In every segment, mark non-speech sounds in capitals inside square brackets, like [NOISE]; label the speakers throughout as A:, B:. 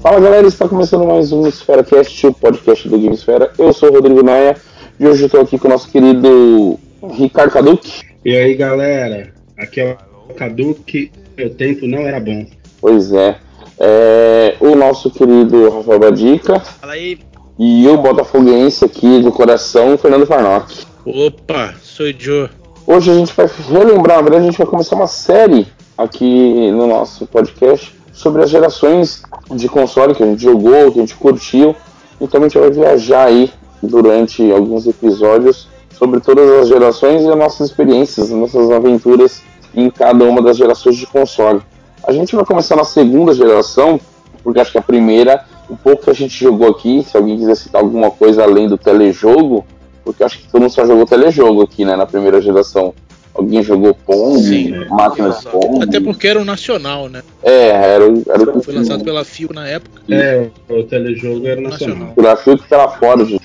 A: Fala galera, está começando mais um EsferaCast, o podcast do Gamesfera. Eu sou o Rodrigo Maia e hoje eu estou aqui com o nosso querido Ricardo Caduc.
B: E aí galera, aqui é o Caduc, meu tempo não era bom.
A: Pois é. É, o nosso querido Rafael Badica
C: Fala aí,
A: e o botafoguense aqui do coração, Fernando Farnock.
C: opa, sou o Joe.
A: Hoje a gente vai relembrar, na verdade, a gente vai começar uma série aqui no nosso podcast sobre as gerações de console que a gente jogou, que a gente curtiu. Então a gente vai viajar aí durante alguns episódios sobre todas as gerações e as nossas experiências, as nossas aventuras em cada uma das gerações de console. A gente vai começar na segunda geração, porque acho que a primeira, o pouco que a gente jogou aqui, se alguém quiser citar alguma coisa além do telejogo, porque acho que todo mundo só jogou telejogo aqui, né, na primeira geração. Alguém jogou Pong,
B: Sim,
A: Máquinas
B: né?
A: Máquina de Pong.
D: Até porque era o nacional, né?
A: É, era, o- era o
D: Foi lançado pela Fio na época.
B: É, o telejogo era nacional.
A: O gráfico que ela Ford.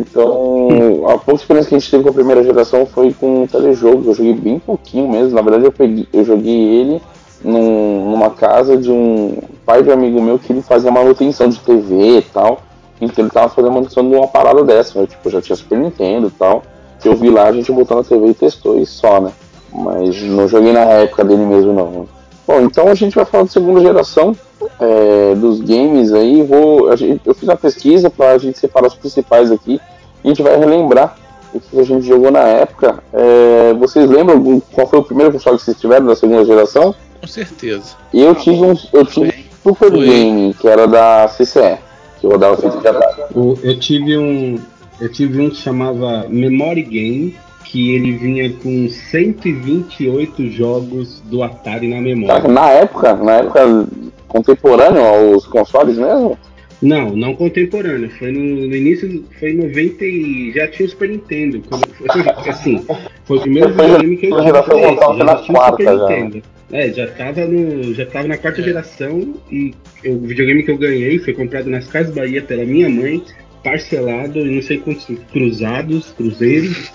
A: Então, a pouca experiência que a gente teve com a primeira geração foi com o telejogo. Eu joguei bem pouquinho mesmo. Na verdade, eu, peguei, eu joguei ele num- numa casa de um pai de um amigo meu que ele fazia manutenção de TV e tal. Então ele tava fazendo manutenção de uma parada dessa, né? Tipo, já tinha Super Nintendo e tal. Eu vi lá, a gente botou na TV e testou e só, né? Mas não joguei na época dele mesmo, não. Bom, então a gente vai falar de segunda geração, é, dos games aí, vou, a gente- eu fiz uma pesquisa para a gente separar os principais aqui e a gente vai relembrar o que a gente jogou na época. É, vocês lembram algum- qual foi o primeiro console que vocês tiveram da segunda geração?
D: Com certeza.
A: Eu tive um, eu tive um Super
D: Foi.
A: Game, que era da CCE, que rodava feito de atalho.
B: O- eu tive um. Eu tive um que chamava Memory Game, que ele vinha com 128 jogos do Atari na
A: Caraca,
B: memória.
A: Na época, na época contemporâneo aos consoles mesmo?
B: Não, não contemporâneo. Foi no, no início, foi em 90 e já tinha o Super Nintendo. Quando, foi, [LAUGHS] assim, foi o primeiro
A: Foi-
B: videogame que eu
A: foi
B: tive.
A: geração
B: foi esse,
A: Gonçalves na
B: tinha o Super
A: quarta, já.
B: Nintendo. É, já tava, no, já tava na quarta
D: É.
B: geração e eu- o videogame que eu ganhei foi comprado nas Casas Bahia pela minha mãe, parcelado e não sei quantos cruzados, cruzeiros.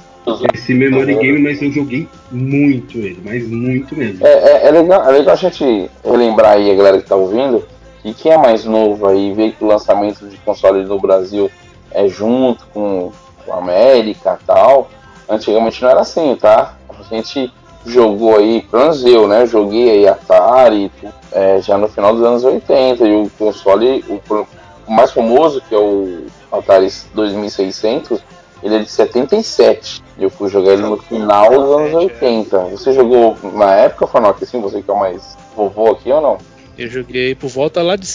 B: Esse memory game, mas eu joguei muito ele, mas muito mesmo.
A: É, é- é legal, é legal a gente relembrar aí a galera que tá ouvindo que quem é mais novo aí vê que o lançamento de consoles no Brasil é junto com, com a América e tal. Antigamente não era assim, tá? A gente jogou aí, pelo menos eu, né? Joguei aí Atari é, já no final dos anos 80 e o console, o, pro- o mais famoso que é o Atari 2600, ele é de 77. E eu fui jogar ele no final dos anos 80. Você jogou na época, Fanoc, assim, você que é o mais vovô aqui ou não?
D: Eu joguei por volta lá de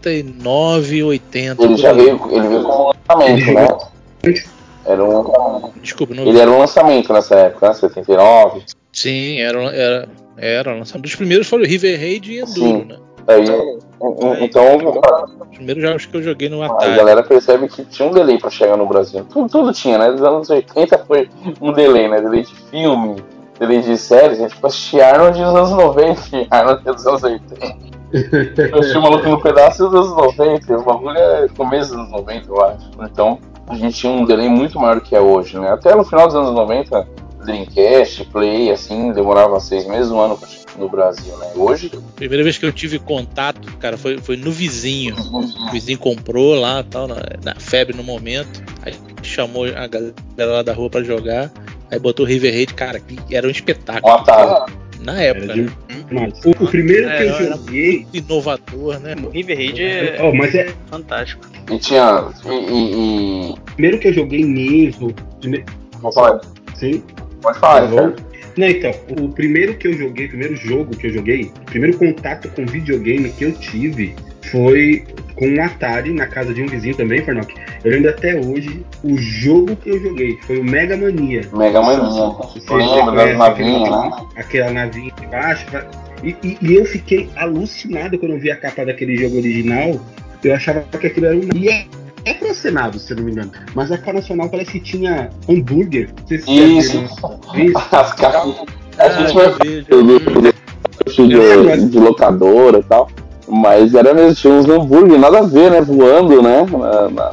D: 79, 80.
A: Ele
D: por
A: já
D: aí.
A: veio, ele veio como lançamento, né? Era um,
D: Desculpa, não.
A: ele era um lançamento nessa época, né? 79.
D: Sim, era, era, era lançado. Um dos primeiros foi o River Raid e Enduro,
A: Sim.
D: né?
A: Aí, um- um- então,
D: Os primeiros jogos que eu joguei no Atari.
A: a galera percebe que tinha um delay pra chegar no Brasil. Tudo, tudo tinha, né? Dos anos 80 foi um delay, né? Delay de filme, delay de séries. A gente ficou assistir Arnold dos anos 90 [LAUGHS] Arnold dos anos 80. Eu assisti o Maluco no Pedaço dos anos 90. O bagulho é começo dos anos 90, eu acho. Então, a gente tinha um delay muito maior do que é hoje, né? Até no final dos anos 90, Dreamcast, Play, assim, demorava seis meses, um ano pra chegar no Brasil, né? Hoje,
D: Primeira vez que eu tive contato, cara, foi, foi no vizinho. O vizinho comprou lá, tal, na, na febre no momento. Aí chamou a galera lá da rua pra jogar. Aí botou o River Raid, cara, que era um
A: um
D: espetáculo.
A: atalho.
D: Na época,
B: Era de-
D: né?
B: Mas o, o primeiro que
D: É,
B: eu
D: era-
B: joguei.
D: inovador, né?
C: O River Raid é
B: Oh, mas é,
C: fantástico.
A: E tinha. E. e, é e...
B: o primeiro que eu joguei mesmo. prime-
A: Vou falar.
B: Sim. tá
A: Pode falar, cara.
B: Não, então, o primeiro que eu joguei, o primeiro jogo que eu joguei, o primeiro contato com videogame que eu tive foi com um Atari na casa de um vizinho também, Farnock. Eu lembro até hoje o jogo que eu joguei, foi o Mega Mania.
A: Mega um, Mania.
B: Você
A: Lembra das
B: conhece
A: navinhas,
B: aquela-
A: né?
B: Aquela navinha de baixo. vai- E, e- e eu fiquei alucinado quando eu vi a capa daquele jogo original. Eu achava que aquilo era um. E é, é pra Senado, se eu não me engano. Mas a Cara Nacional parece que tinha hambúrguer. Não sei se vocês já
A: Isso.
B: viram Isso.
A: [LAUGHS] É, As caras. A
D: Ah,
A: gente
D: eu
A: vai
D: vejo.
A: de, de, de locadora e tal. Mas era mesmo, tinha uns hambúrguer, nada a ver, né? Voando, né? Na, na-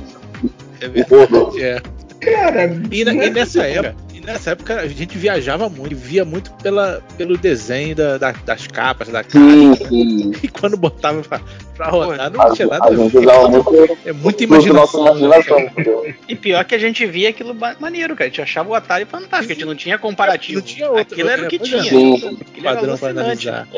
D: É verdade, é.
B: Cara,
D: E, na-
B: não é
D: e nessa
B: possível.
D: época, e Nessa época a gente viajava muito, via muito pela, pelo desenho da, da- das capas, da [LAUGHS]
A: Sim,
D: caixa.
A: sim.
D: E quando botava pra, pra rodar,
A: A,
D: não tinha nada
A: a
D: a
A: gente
D: ver.
A: usava muito
D: É muita
A: muito nossa
D: imaginação.
A: imaginação. entendeu?
E: E pior que a gente via aquilo ba- maneiro, cara. A gente achava o Atari fantástico, a gente não tinha comparativo.
D: Não tinha outro,
E: aquilo era o que
D: pois é.
E: tinha.
A: Sim.
E: Aquilo era
D: Padrão pra
E: alucinante.
D: analisar.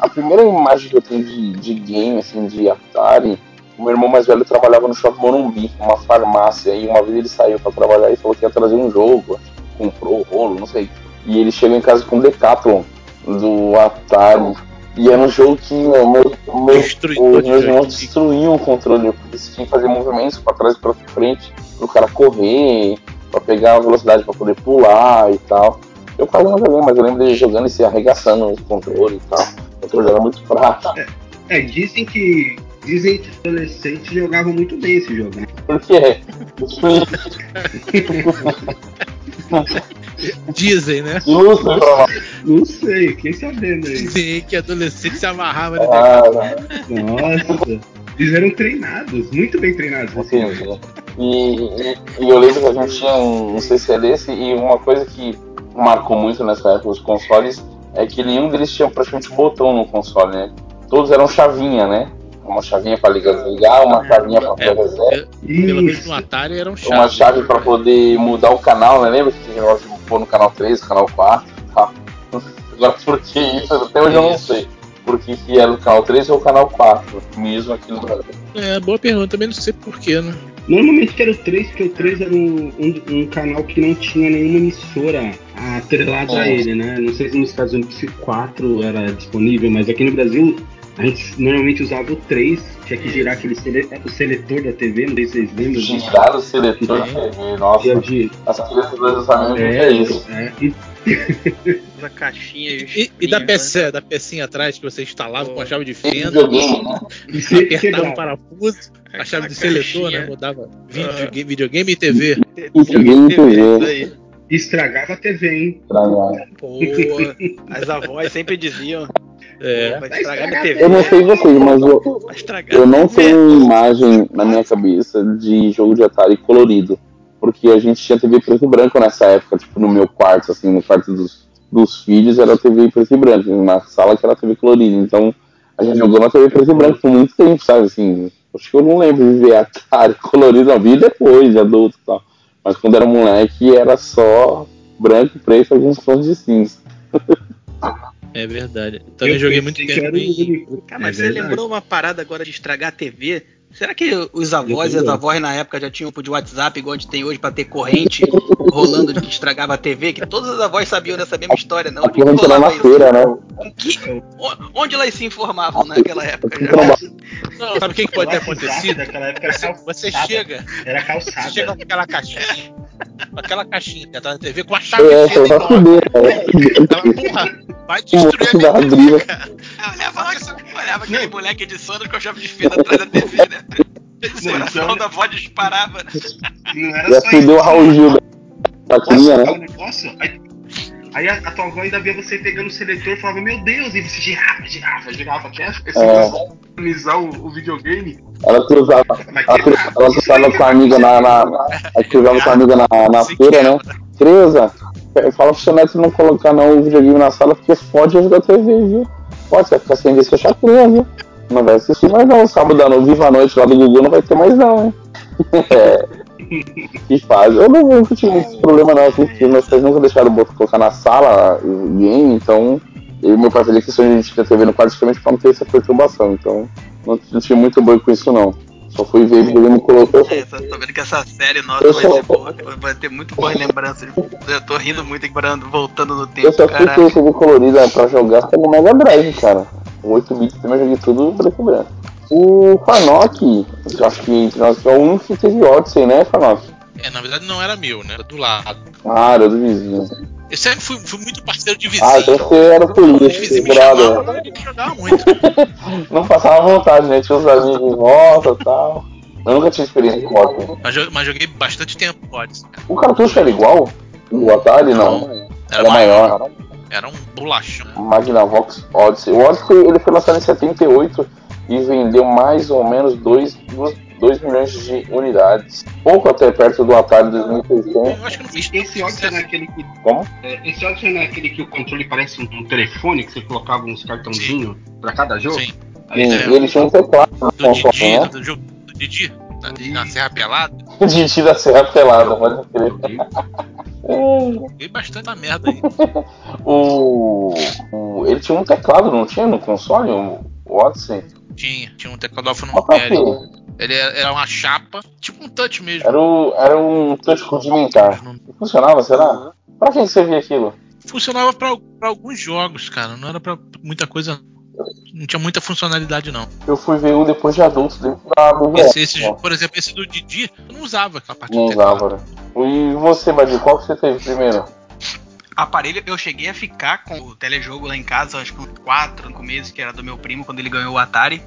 A: A primeira imagem que eu tenho de, de game, assim, de Atari, o meu irmão mais velho trabalhava no Shopping Morumbi, uma farmácia, e uma vez ele saiu pra trabalhar e falou que ia trazer um jogo, comprou o rolo, não sei. E ele chegou em casa com o Decathlon do Atari. E era um jogo que meu, meu, meu,
D: Destruidor
A: os
D: de
A: meus irmãos
D: joystick.
A: destruíam o controle, porque você tinha que fazer movimentos pra trás e pra frente, pro cara correr, pra pegar a velocidade pra poder pular e tal. Eu quase não joguei, mas eu lembro dele jogando e se arregaçando o controle e tal. O controle era muito fraco.
B: É, dizem que. Dizem que adolescentes jogavam muito bem esse jogo, né?
A: Por quê?
D: Dizem, né?
A: Ilustra pra nós.
B: Não sei, quem sabendo
D: [LAUGHS]
B: aí.
D: Dizem que adolescente se amarrava né, no
A: Ah, Cara,
B: Nossa. Eles eram treinados, muito bem treinados.
A: assim, né? e, e, e eu lembro que a gente tinha um, um CCDS e uma coisa que marcou muito nessa época os consoles é que nenhum deles tinha praticamente botão no console, né? Todos eram chavinha, né? Uma chavinha pra ligar, ligar uma chavinha pra fazer reserva.
D: Pelo menos
B: Isso.
D: no Atari eram chaves.
A: uma É, chave pra poder mudar o canal, né? Lembra que tinha negócio de pôr no canal 3, canal 4 e tal? [LAUGHS] Agora, por que isso? Até hoje eu não sei. Por que, que era o canal 3 ou o canal 4? Mesmo aqui no Brasil.
D: É, boa pergunta, também não sei porquê, né?
B: Normalmente era o 3, porque o 3 era um, um- um canal que não tinha nenhuma emissora atrelada a
A: É.
B: ele, né? Não sei se nos Estados Unidos se o 4 era disponível, mas aqui no Brasil a gente normalmente usava o 3, tinha que girar aquele sele- o seletor da TV, não sei se vocês lembram disso.
A: Girar o seletor da TV,
B: Tinha
A: nossa.
B: de-
A: As crianças do sabem o que é isso.
B: é, e
E: Usa caixinha e, os
D: E, e da
E: fininhos,
D: peça, da pecinha atrás que você instalava com a chave de
A: E
D: fenda,
A: videogame, né?
B: e sempre
D: apertava o
B: quebrava.
D: parafuso,
E: né?
D: a chave de
E: Aquela
D: seletor, né?
E: caixinha.
D: Mudava videogame, videogame e TV.
A: Videogame e TV.
E: Isso aí.
B: Estragava a TV, hein?
A: Pra-
B: [LAUGHS]
D: Boa.
E: As avós sempre diziam,
D: É.
E: vai
B: Vai
E: estragar
B: estragar
E: minha
B: a
E: TV.
A: Eu não sei vocês, mas eu,
E: Vai estragar
A: eu não
E: minha TV.
A: tenho imagem na minha cabeça de jogo de Atari colorido. Porque a gente tinha TV preto e branco nessa época, tipo, no meu quarto, assim, no quarto dos, dos filhos era TV preto e branco, na sala que era TV colorida. Então, a gente jogou na TV preto e branco por muito tempo, sabe, assim, acho que eu não lembro de ver Atari colorido, não, vi depois, de adulto e tal. Mas quando era moleque, era só branco e preto, alguns tons de cinza.
D: É verdade. Também
B: Eu
D: joguei
B: pensei
D: muito
B: que
D: tempo
B: era o
D: em
B: único.
E: Cara, mas
B: É
E: você
B: verdade.
E: lembrou uma parada agora de estragar a TV? Será que os avós e as
B: Entendeu?
E: avós na época já tinham tipo de WhatsApp igual a gente tem hoje pra ter corrente rolando de que estragava a TV? Que todas as avós sabiam dessa mesma história, não?
A: A corrente era na
E: Rolava isso.
A: feira, né?
E: Com que- o- onde elas se informavam naquela época já?
D: Não, sabe o que, que pode ter acontecido?
B: Naquela época era
D: Você,
B: cal-
D: você
B: calçada.
D: chega,
B: era
D: você
B: calçada.
D: chega naquela caixinha, aquela caixinha que tá na TV com a chave
A: É,
D: de
A: essa
D: fenda
A: vai
D: enorme.
A: fuder, cara.
D: Ela, porra, vai
A: O
D: destruir
A: moleque
D: a
A: da
D: minha
A: Adriana.
E: Eu olhava, eu olhava aquele moleque de Sandro com a chave de fenda atrás da TV, né? O
B: Não,
E: coração
B: então-
E: da avó disparava. né?
B: Não era
A: Já
B: só isso.
A: fudeu o Raul Gil da Paquinha,
B: Posso falar
A: né?
B: um negócio? Aí, aí a, a tua avó ainda via você pegando o seletor e falava, meu Deus, e você girava, girava, girava até
A: É. Ah,
B: organizar o, o videogame.
A: Ela cruzava,
B: Mas
A: ela cru-
B: quebrava.
A: ela cruzava com a amiga na. na na- ela cruzava com a amiga na, na feira, né? Creuza, fala pro seu neto né, não colocar não o videogame na sala, porque fode o jogo da TV, viu? Pode, você vai ficar sem ver se achar crua, viu? Não vai assistir mais não, sábado à noite, viva a noite lá do Gugu não vai ter mais não, hein? [LAUGHS] É. Que fase. Eu não nunca tive esse problema não, assim, porque meus pais nunca deixaram o boto colocar na sala o game, então. Eu e meu pai fazia questão de a gente ter TV no quarto justamente pra não ter essa perturbação, então. Não, não tive muito boi com isso não. Só fui ver videogame colocou.
E: É, tô, tô vendo que essa série nossa
A: Eu
E: vai
A: sou-
E: ser boa. Vai ter muito boas lembranças. Eu tô rindo muito, lembrando, voltando no
A: Eu
E: tempo,
A: só fui
E: caralho.
A: ter TV colorida né, pra jogar pelo Mega Drive, cara. O 8 bits também eu joguei tudo preto e branco. O Fanoc, eu acho que entre nós é o único que teve Odyssey, né, Fanoc?
D: É, na verdade não era meu, né? Era do lado.
A: Ah, era do vizinho.
D: Eu sempre fui, fui muito parceiro de vizinho.
A: Ah, então você era
D: Os
A: polícia,
D: vizinhos me né?
A: brother.
D: chamavam, eu jogava muito.
A: Não passava vontade, né? Tinha os amigos em volta e tal. Eu nunca tive experiência com Odyssey.
D: Mas, jo- mas joguei bastante tempo, Odyssey, cara.
A: O cartucho era igual? O Atari não. Era maior.
D: Era um bolachão.
A: Magnavox Odyssey. O Odyssey ele foi lançado em 78 e vendeu mais ou menos 2 2 milhões de unidades, pouco até perto do Atari 2600.
F: Eu acho que não fiz
B: Esse esse Odyssey não é aquele que.
A: Como?
B: é, Esse Odyssey não é aquele que o controle parece um, um telefone que você colocava uns cartãozinhos pra cada jogo?
D: Sim.
A: Sim, e ele tinha um teclado [LAUGHS] na
D: Do Didi,
A: consola, né?
D: do jogo do Didi, na, na Serra Pelada.
A: De tira serra pelada, pode crer.
B: Joguei.
D: Joguei bastante na merda
A: [LAUGHS]
D: aí.
A: O, o- ele tinha um teclado, não tinha no console? O o Odyssey?
D: Tinha, tinha um teclado
A: Mas tá
E: É,
A: assim. pra quê?
D: alfanumérico. Ele era era uma chapa, tipo um touch mesmo.
A: Era, o, era um touch rudimentar.
D: Não-
A: Funcionava, será? Pra quem que servia aquilo?
D: Funcionava pra, pra alguns jogos, cara. Não era pra muita coisa. Não tinha muita funcionalidade, não.
A: Eu fui ver um depois de adulto dentro da BGS.
D: Esse, esse, por exemplo, esse do Didi, eu não usava aquela parte
A: É, Não
D: do teclado.
A: usava, né? E você, Badi, qual que você teve primeiro?
E: Aparelho, eu cheguei a ficar com o telejogo lá em casa, acho que uns 4, 5 meses, que era do meu primo quando ele ganhou o Atari.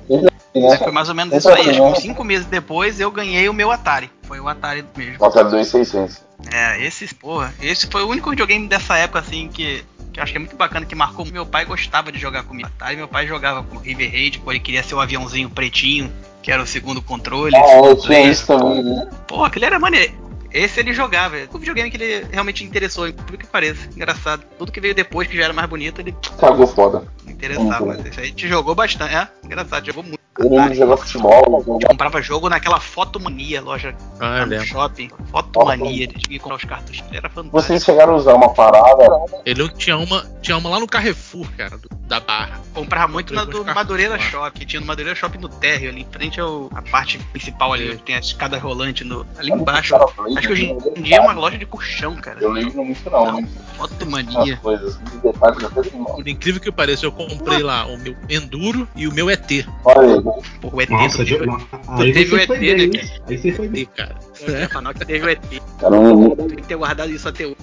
E: Mas foi mais ou menos isso aí. Acho que uns 5 meses depois eu ganhei o meu Atari. Foi o Atari mesmo.
A: O Atari 2600.
E: É, esse, porra, esse foi o único videogame dessa época, assim, que, que eu acho que é muito bacana, que marcou. Meu pai gostava de jogar comigo. Tá? E meu pai jogava com River Raid, pô, ele queria ser um aviãozinho pretinho, que era o segundo controle.
A: Ah, eu
E: segundo
A: tinha
E: player.
A: isso também, né?
E: Porra, aquele era maneiro. Esse ele jogava. O videogame que ele realmente interessou, por que pareça. Engraçado. Tudo que veio depois, que já era mais bonito, ele
A: Cagou foda.
E: não interessava.
A: Uhum.
E: Esse aí te jogou bastante, é? Engraçado, jogou muito.
A: Ele
E: Atari.
A: jogava futebol,
E: Eu comprava jogo naquela Fotomania, loja
F: Ah,
E: lá
F: eu
E: no
F: lembro.
E: shopping. Fotomania, ele tinha que comprar os cartuchos. Era fantástico.
A: Vocês chegaram a usar uma parada?
D: Ele lembra que tinha uma, tinha uma lá no Carrefour, cara, do- da barra.
E: Comprava muito na do
D: Depois ficar-
E: Madureira
D: lá.
E: Shopping. Tinha no Madureira Shopping no térreo, ali em frente ao, a parte principal ali,
D: É.
E: onde tem a escada rolante no, ali embaixo. Acho que hoje em dia é uma loja de colchão, cara.
A: Eu lembro muito não, né?
E: Fotomania.
A: As coisas, os detalhes até que não.
D: Por incrível que pareça, eu comprei lá o meu Enduro e o meu ET.
A: Olha aí,
E: Porra, o ET
B: Nossa,
E: do
B: de...
E: River.
B: aí
E: teve
B: você
E: o
B: foi
E: ET,
B: bem,
E: né,
B: hein? Aí você foi bem.
D: Aí, cara.
E: É, Falar que teve o ET. Tem
A: cara, eu,
E: que ter guardado isso até hoje.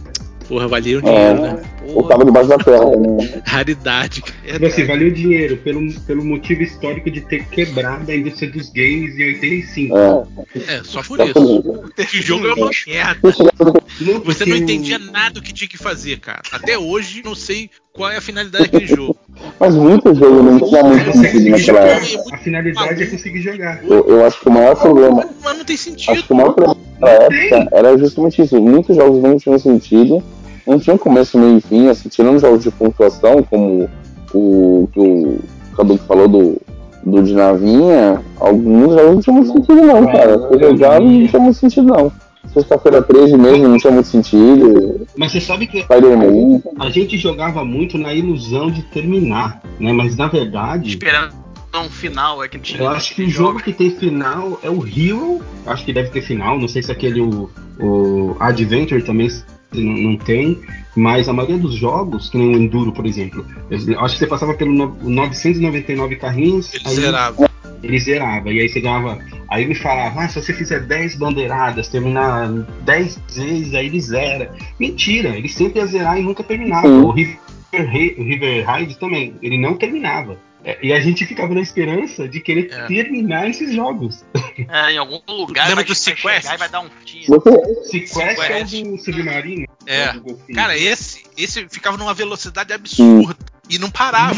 F: Porra, valia o
A: um, é,
F: dinheiro, né?
A: eu tava debaixo da terra. Né?
F: Raridade.
E: É
B: Tipo
D: né?
B: assim, valeu o dinheiro pelo, pelo motivo histórico de ter quebrado a indústria dos games em 85.
A: É,
D: É, só por
A: tá
D: isso.
A: tudo
D: Que jogo é uma merda.
B: Não,
D: Você
B: porque
D: não
B: o-
D: entendia nada do que tinha que fazer, cara. Até hoje, não sei qual é a finalidade daquele jogo.
A: Mas muito jogo não tinha muito
B: Você
A: sentido
B: conseguiu
A: naquela
B: jogar.
A: época.
B: A finalidade é conseguir jogar.
A: Eu, eu acho que o maior problema,
D: Mas não tem sentido.
A: acho que o maior problema naquela época era justamente isso. Muitos jogos não tinham sentido, não tinham começo, meio e fim, assim, tirando jogos de pontuação, como o que o Caduco falou do, do de navinha, alguns jogos não tinham muito sentido não, cara. Eu jogava e não tinha muito sentido não. Sexta-feira 13 mesmo não tinha muito sentido,
B: Mas você sabe que
A: Spider-Man.
B: a gente jogava muito na ilusão de terminar, né? Mas na verdade,
E: Esperando um final, é que não tinha.
B: eu acho que o jogo que tem final é o Hero. Acho que deve ter final. Não sei se aquele o, o Adventure também se não, não tem. Mas a maioria dos jogos, que nem o Enduro, por exemplo, eu acho que você passava pelo no- 999 carrinhos.
D: Ele
B: aí-
A: né?
D: zerava.
B: ele zerava. E aí você ganhava. Aí ele falava, ah, se você fizer 10 bandeiradas, terminar 10 vezes, aí ele zera. Mentira, ele sempre ia zerar e nunca terminava.
A: Sim.
B: O River, Ra- o River Raid também, ele não terminava. É, E a gente ficava na esperança de querer
D: É.
B: terminar esses jogos.
E: É, em algum lugar
D: Lembra
E: vai,
D: do
E: vai
D: Sequest?
E: chegar e vai dar um tiro.
A: Você,
B: Sequest é o
D: Sequest.
B: do submarino.
D: É.
B: do golfinho.
D: Cara, esse, esse ficava numa velocidade absurda. E não parava.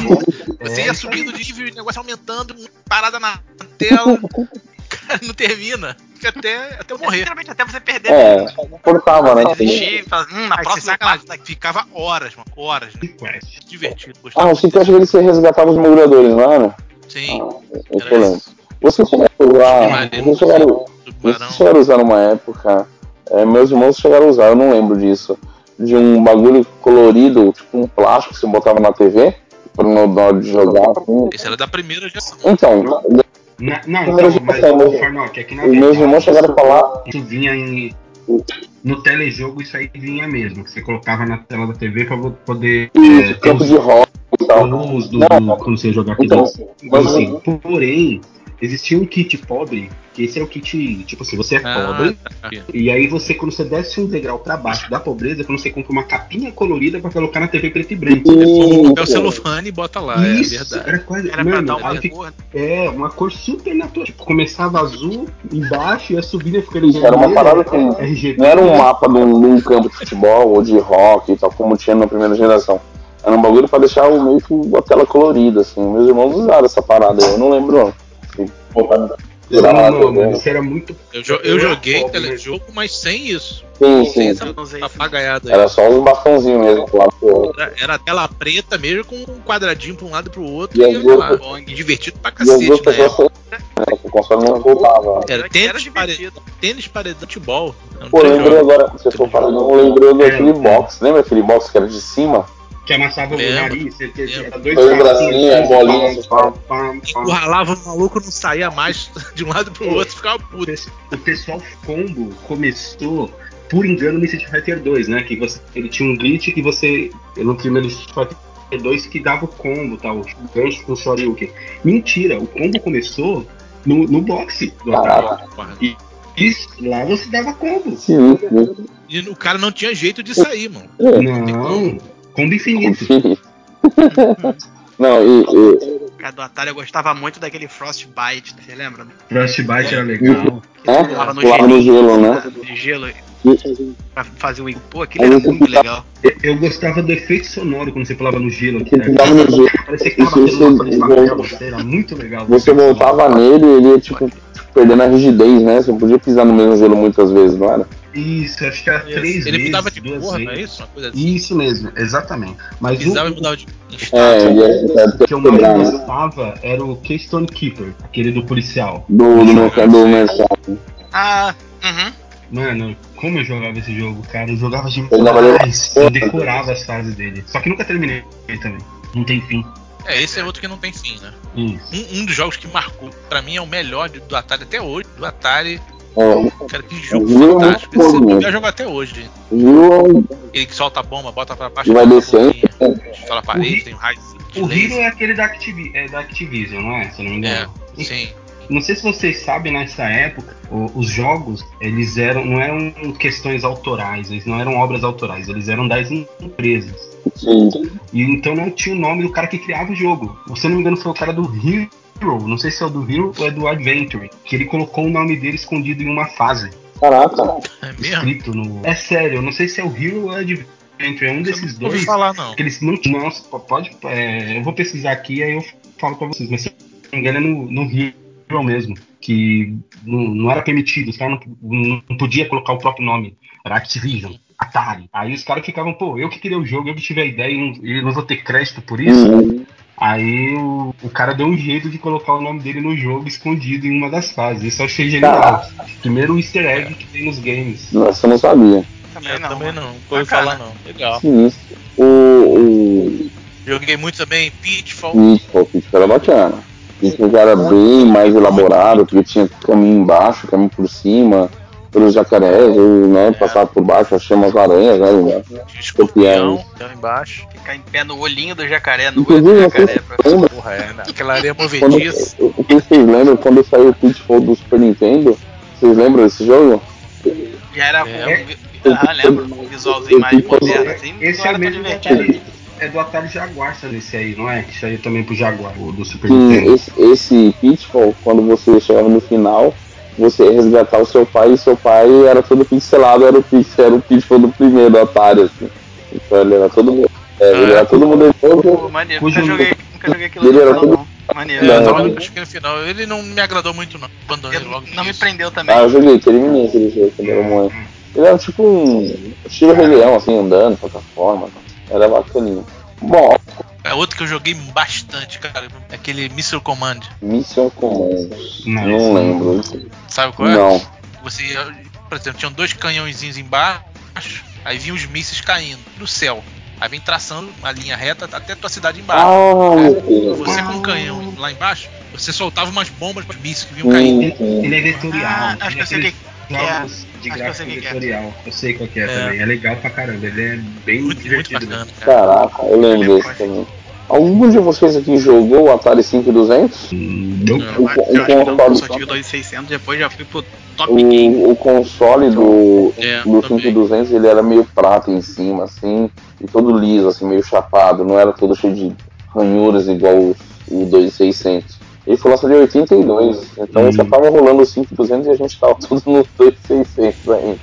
D: Você
B: É,
D: ia subindo de nível, o negócio aumentando, parada na tela. [LAUGHS] Cara, não termina. Fica até, até eu morrer.
E: Sinceramente, até você perder.
A: é, cortava, né?
E: Você desistir, fala, hum, na
D: Aí você
E: próxima
D: sacanagem,
E: parte daqui.
D: Ficava horas, mano. Horas,
B: é
D: né?
B: Sequest.
D: Divertido. Gostava.
A: Ah, o Sequest ele se resgatava os mergulhadores, não era? Ah,
D: Sim.
A: Eu tô
D: Era
A: lembrando.
D: esse.
A: Vocês chegaram a usar.
D: Submarino,
A: Vocês chegaram,
D: Tubarão.
A: vocês chegaram a usar numa época. é, meus irmãos chegaram a usar, eu não lembro disso. De um bagulho colorido, tipo um plástico que você botava na TV, pra não dar hora de jogar. assim.
D: Esse era da primeira geração.
A: Então,
B: Na- não,
A: Primeiro
B: então, mas
A: jogo,
B: o Farnock, é que na
A: os meus irmãos
B: verdade,
A: chegaram a falar.
B: Isso vinha em. No telejogo isso aí vinha mesmo. Que você colocava na tela da TV pra vo- poder é,
A: Isso,
B: ter
A: campo
B: os
A: de rock e tal.
B: bônus do,
A: Não,
B: do- quando você jogar aqui
A: Então,
B: Mas,
A: mas-
B: assim, porém, existia um kit pobre, que esse é o kit, tipo assim, você é
E: Ah.
D: Ah,
B: pobre, e aí você, quando você desce um degrau pra baixo da pobreza, quando você compra uma capinha colorida pra colocar na TV preto e branco.
D: É o celofane e bota lá, é
B: Isso,
D: verdade.
B: era quase.
E: Ah, Era pra
B: mano,
E: dar um
B: aí
E: uma
B: fica-
E: porra.
B: é, uma cor super natural. Tipo, começava azul embaixo, ia subindo, ia ficando
A: Era uma
B: vermelho,
A: parada assim.
B: RGB.
A: Não era um mapa de um, de um campo de futebol ou de rock e tal, como tinha na primeira geração. Era um bagulho pra deixar o meio que a tela colorida, assim. Meus irmãos usaram essa parada, eu não lembro não. Assim, pô, pra-
B: Não, tá- não, mano, isso era muito.
D: Eu, jo- eu
B: Eu era
D: joguei
B: pobre, né?
D: telejogo, mas sem isso. Sem
A: Sim, sim.
D: essa
E: Não sei.
D: apagaiada aí.
A: Era só uns bastãozinhos mesmo pro lado pro outro.
D: Era, era tela preta mesmo, com um quadradinho pra um lado e pro outro.
A: E
D: E,
A: as
D: olha
A: duas-
D: lá, e divertido pra
A: E as duas
D: cacete, na
A: pessoas
D: época.
A: são. Né, que o console não voltava.
D: Era
E: Era que era
D: tênis, pare...
E: divertido.
D: tênis paredão de futebol. Era um
A: Pô, lembrou
D: telejogo.
A: agora, se eu for falar, não lembrou daquele box. Lembra aquele box que era de cima?
B: Que amassava
D: Lembro,
B: o nariz, você tinha
D: lembro.
B: era dois
A: Dois
B: bracinhos,
A: bracinhos, bolinha,
B: pam, pam, pam, pam.
D: Encurralava o um maluco, não saía mais [LAUGHS] de um lado pro outro, ficava puto.
B: O pessoal combo começou, por engano, no Street Fighter 2, né? Que você, ele tinha um glitch que você. No primeiro Street Fighter 2 que dava o combo, tal, o gancho com o Shoryuken. Mentira, o combo começou no, no boxe do Atari.
A: Caraca,
D: Porra.
B: Isso, lá você dava combo.
A: sinistro.
D: E o cara não tinha jeito de sair, mano.
B: Não, combo infinito.
A: Não, e, e
E: Cara, do Atari eu gostava muito daquele Frostbite, você lembra?
B: Frostbite era legal.
E: Que
A: É,
E: tu rolava no
A: pulava no gelo, né?
E: De gelo
A: E-
E: pra fazer um. Pô, aquilo era muito legal.
B: Eu- Eu gostava do efeito sonoro quando você pulava no gelo.
A: que
B: né?
A: dava no gelo.
B: Parecia que tava
A: Isso,
B: batendo uma folha de
A: isso,
B: papel, era muito legal.
A: Você voltava nele ele ia, tipo, perdendo a rigidez, né? Você não podia pisar no mesmo gelo muitas vezes, não era?
B: Isso, acho que era três
D: Ele
B: vezes,
D: mudava de
B: duas
D: porra, não é
B: vezes.
D: isso? Uma coisa assim.
B: Isso mesmo, exatamente. Mas
D: Pisava e
B: o,
D: mudava de
A: É,
D: estátua.
A: ele ia
B: o
A: até
B: que eu mais
A: quebrar, né?
B: gostava era o Keystone Keeper, aquele do policial.
A: Do, do, mercado, do mercado.
E: Ah, uhum.
B: Mano, como eu jogava esse jogo, cara, eu jogava
A: Eu tava lendo-
B: demais. Eu
A: né?
B: decorava as fases dele. Só que nunca terminei também. Não tem fim.
D: É, esse é outro que não tem fim, né?
B: Isso.
D: Um, um dos jogos que marcou, pra mim, é o melhor de- do Atari até hoje. Do Atari,
A: É,
D: cara, que jogo
A: Viu?
D: fantástico. Esse
A: Muito bom,
D: eu
A: né?
D: já jogo até hoje.
A: viu?
D: Ele que solta a bomba, bota pra baixo,
A: E vai
D: solta a
A: descendo.
D: bombinha, Estoura a
B: O
D: parede,
B: Ri-
D: tem um raio de
B: O Hero
D: laser.
B: é aquele da, Activi- é da Activision, não é? Se eu não me engano.
D: É, sim.
B: Não sei se vocês sabem, nessa época, o- os jogos, eles eram, não eram questões autorais, eles não eram obras autorais, eles eram das em- empresas.
A: Sim.
B: E então não tinha o nome do cara que criava o jogo. Se eu não me engano, foi o cara do Hero, não sei se é o do Hero ou é do Adventure, que ele colocou o nome dele escondido em uma fase,
A: Caraca.
D: É mesmo?
B: escrito no... É sério, eu não sei se é o Hero ou é o Adventure, é um desses
D: Eu não ouvi
B: dois.
D: falar, não.
B: Que eles não tinham. Nossa, po- pode. é, eu vou pesquisar aqui aí eu falo pra vocês, mas se eu não me engano é no, no Hero mesmo. Que não, não era permitido, os caras não, não podia colocar o próprio nome. Era Activision, Atari. Aí os caras ficavam, pô, eu que criei o jogo, eu que tive a ideia e não, e não vou ter crédito por isso.
A: Uhum.
B: Aí o, o cara deu um jeito de colocar o nome dele no jogo escondido em uma das fases. Isso eu achei genial.
A: Tá.
B: Primeiro easter egg que tem nos games.
A: Nossa, eu não sabia.
E: Também
D: Eu
E: É, não. né?
D: também
E: mano.
D: não, não ouvi
E: Bacana.
D: falar, não. Legal.
A: Sinistro. O.
D: Joguei muito também Pitfall.
A: O Pitfall, o Pitfall era bacana. O Pitfall era bem mais elaborado, porque tinha caminho embaixo, caminho por cima, pelos jacarés, ou, né? Passava por baixo, achei umas aranhas, né?
D: Escorpião,
A: Hum.
D: lá embaixo.
E: Ficar em pé no olhinho do jacaré, no olho
A: Inclusive,
E: do
A: não sei
E: jacaré.
A: se
E: Pra...
A: lembra,
D: Porra, é, né? aquela areia
A: quando,
D: movediça.
A: o que vocês lembram quando saiu o Pitfall do Super Nintendo? Vocês lembram desse jogo?
E: Já era.
D: É.
E: Um... Ah, lembro. Um visualzinho mais moderno,
A: um
E: assim.
B: Esse
E: não
B: é
E: era
B: o
E: tão
B: mesmo do
E: divertido.
B: Atari, é do Atari Jaguar, sabe esse aí, não é? Que saiu também pro Jaguar, o do Super
A: Que
B: Nintendo.
A: esse, esse Pitfall, quando você chegava no final, você ia resgatar o seu pai e seu pai era todo pixelado, era o, pix- era o Pitfall do primeiro Atari, assim. Então ele era todo mundo. É, ele era todo mundo de
E: Pô,
A: novo.
E: maneiro.
B: Cujo-
E: Nunca joguei, nunca joguei aquilo
A: Ele
E: no
A: era
E: final,
A: todo-
E: não. Maneiro.
D: É, eu
E: Não,
D: tava no
A: é.
D: no final. Ele não me agradou muito, não. Abandonei
E: eu-
D: logo.
E: não me
D: nisso.
E: prendeu também.
A: Ah, eu joguei, terminei aquele jogo quando era um moleque. Ele era tipo um estilo Rei Leão, assim, andando, plataforma. tá? Era bacaninho. Bom,
D: É outro que eu joguei bastante, cara. É Aquele Missile Command.
A: Mission Command.
B: Não,
A: Não
B: esse
A: lembro.
D: Sabe qual é?
A: Não.
D: Você, ia- por exemplo, tinham dois canhãozinhos embaixo. Aí vinham os mísseis caindo do céu. Aí vem traçando uma linha reta até tua cidade embaixo.
A: Ah, meu Deus.
D: Você com um canhão lá embaixo, você soltava umas bombas para mísseis
A: Hum.
D: que vinham caindo.
B: Ele, ele é vetorial.
E: Ah, acho
B: ele
E: que eu sei
B: aqueles
E: que é.
B: jogos de
E: Acho que eu
B: gráfico
E: sei que é.
B: vetorial. Eu sei qual que é,
D: É.
B: também. É legal pra caramba. Ele é bem
D: Muito, muito
B: divertido.
D: bacana, cara.
A: Caraca, eu lembro desse também. Algum de vocês aqui jogou o Atari 5200?
B: Hum, eu-
A: O,
E: Mas eu
A: o
E: acho que não, eu só
A: console,
E: tive 2,600, depois já fui pro top game.
A: o, o console do,
D: É,
A: do
D: também.
A: 5200 ele era meio prata em cima, assim, e todo liso, assim, meio chapado, não era todo cheio de ranhuras igual o, o 2600. Ele foi lançado em 82, então
B: Hum.
A: já tava rolando o 5200 e a gente tava [LAUGHS] tudo no 2600 ainda.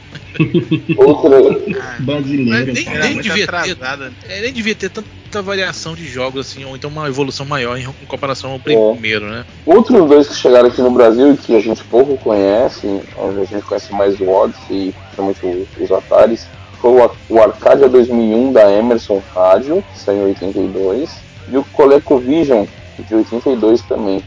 A: Outra,
E: Ah,
B: Brasileiro.
D: Mas nem-
E: era
A: Ah,
B: cara.
D: nem-
E: muito
D: devia ter.
E: atrasado.
D: É, nem devia ter tanto muita variação de jogos, assim, ou então uma evolução maior em, em comparação ao primeiro, né?
A: Outros dois que chegaram aqui no Brasil e que a gente pouco conhece, a gente conhece mais o Odyssey e principalmente os, os Ataris, foi o, o Arcadia 2001 da Emerson Rádio, que saiu em 82, e o ColecoVision, de 82 também.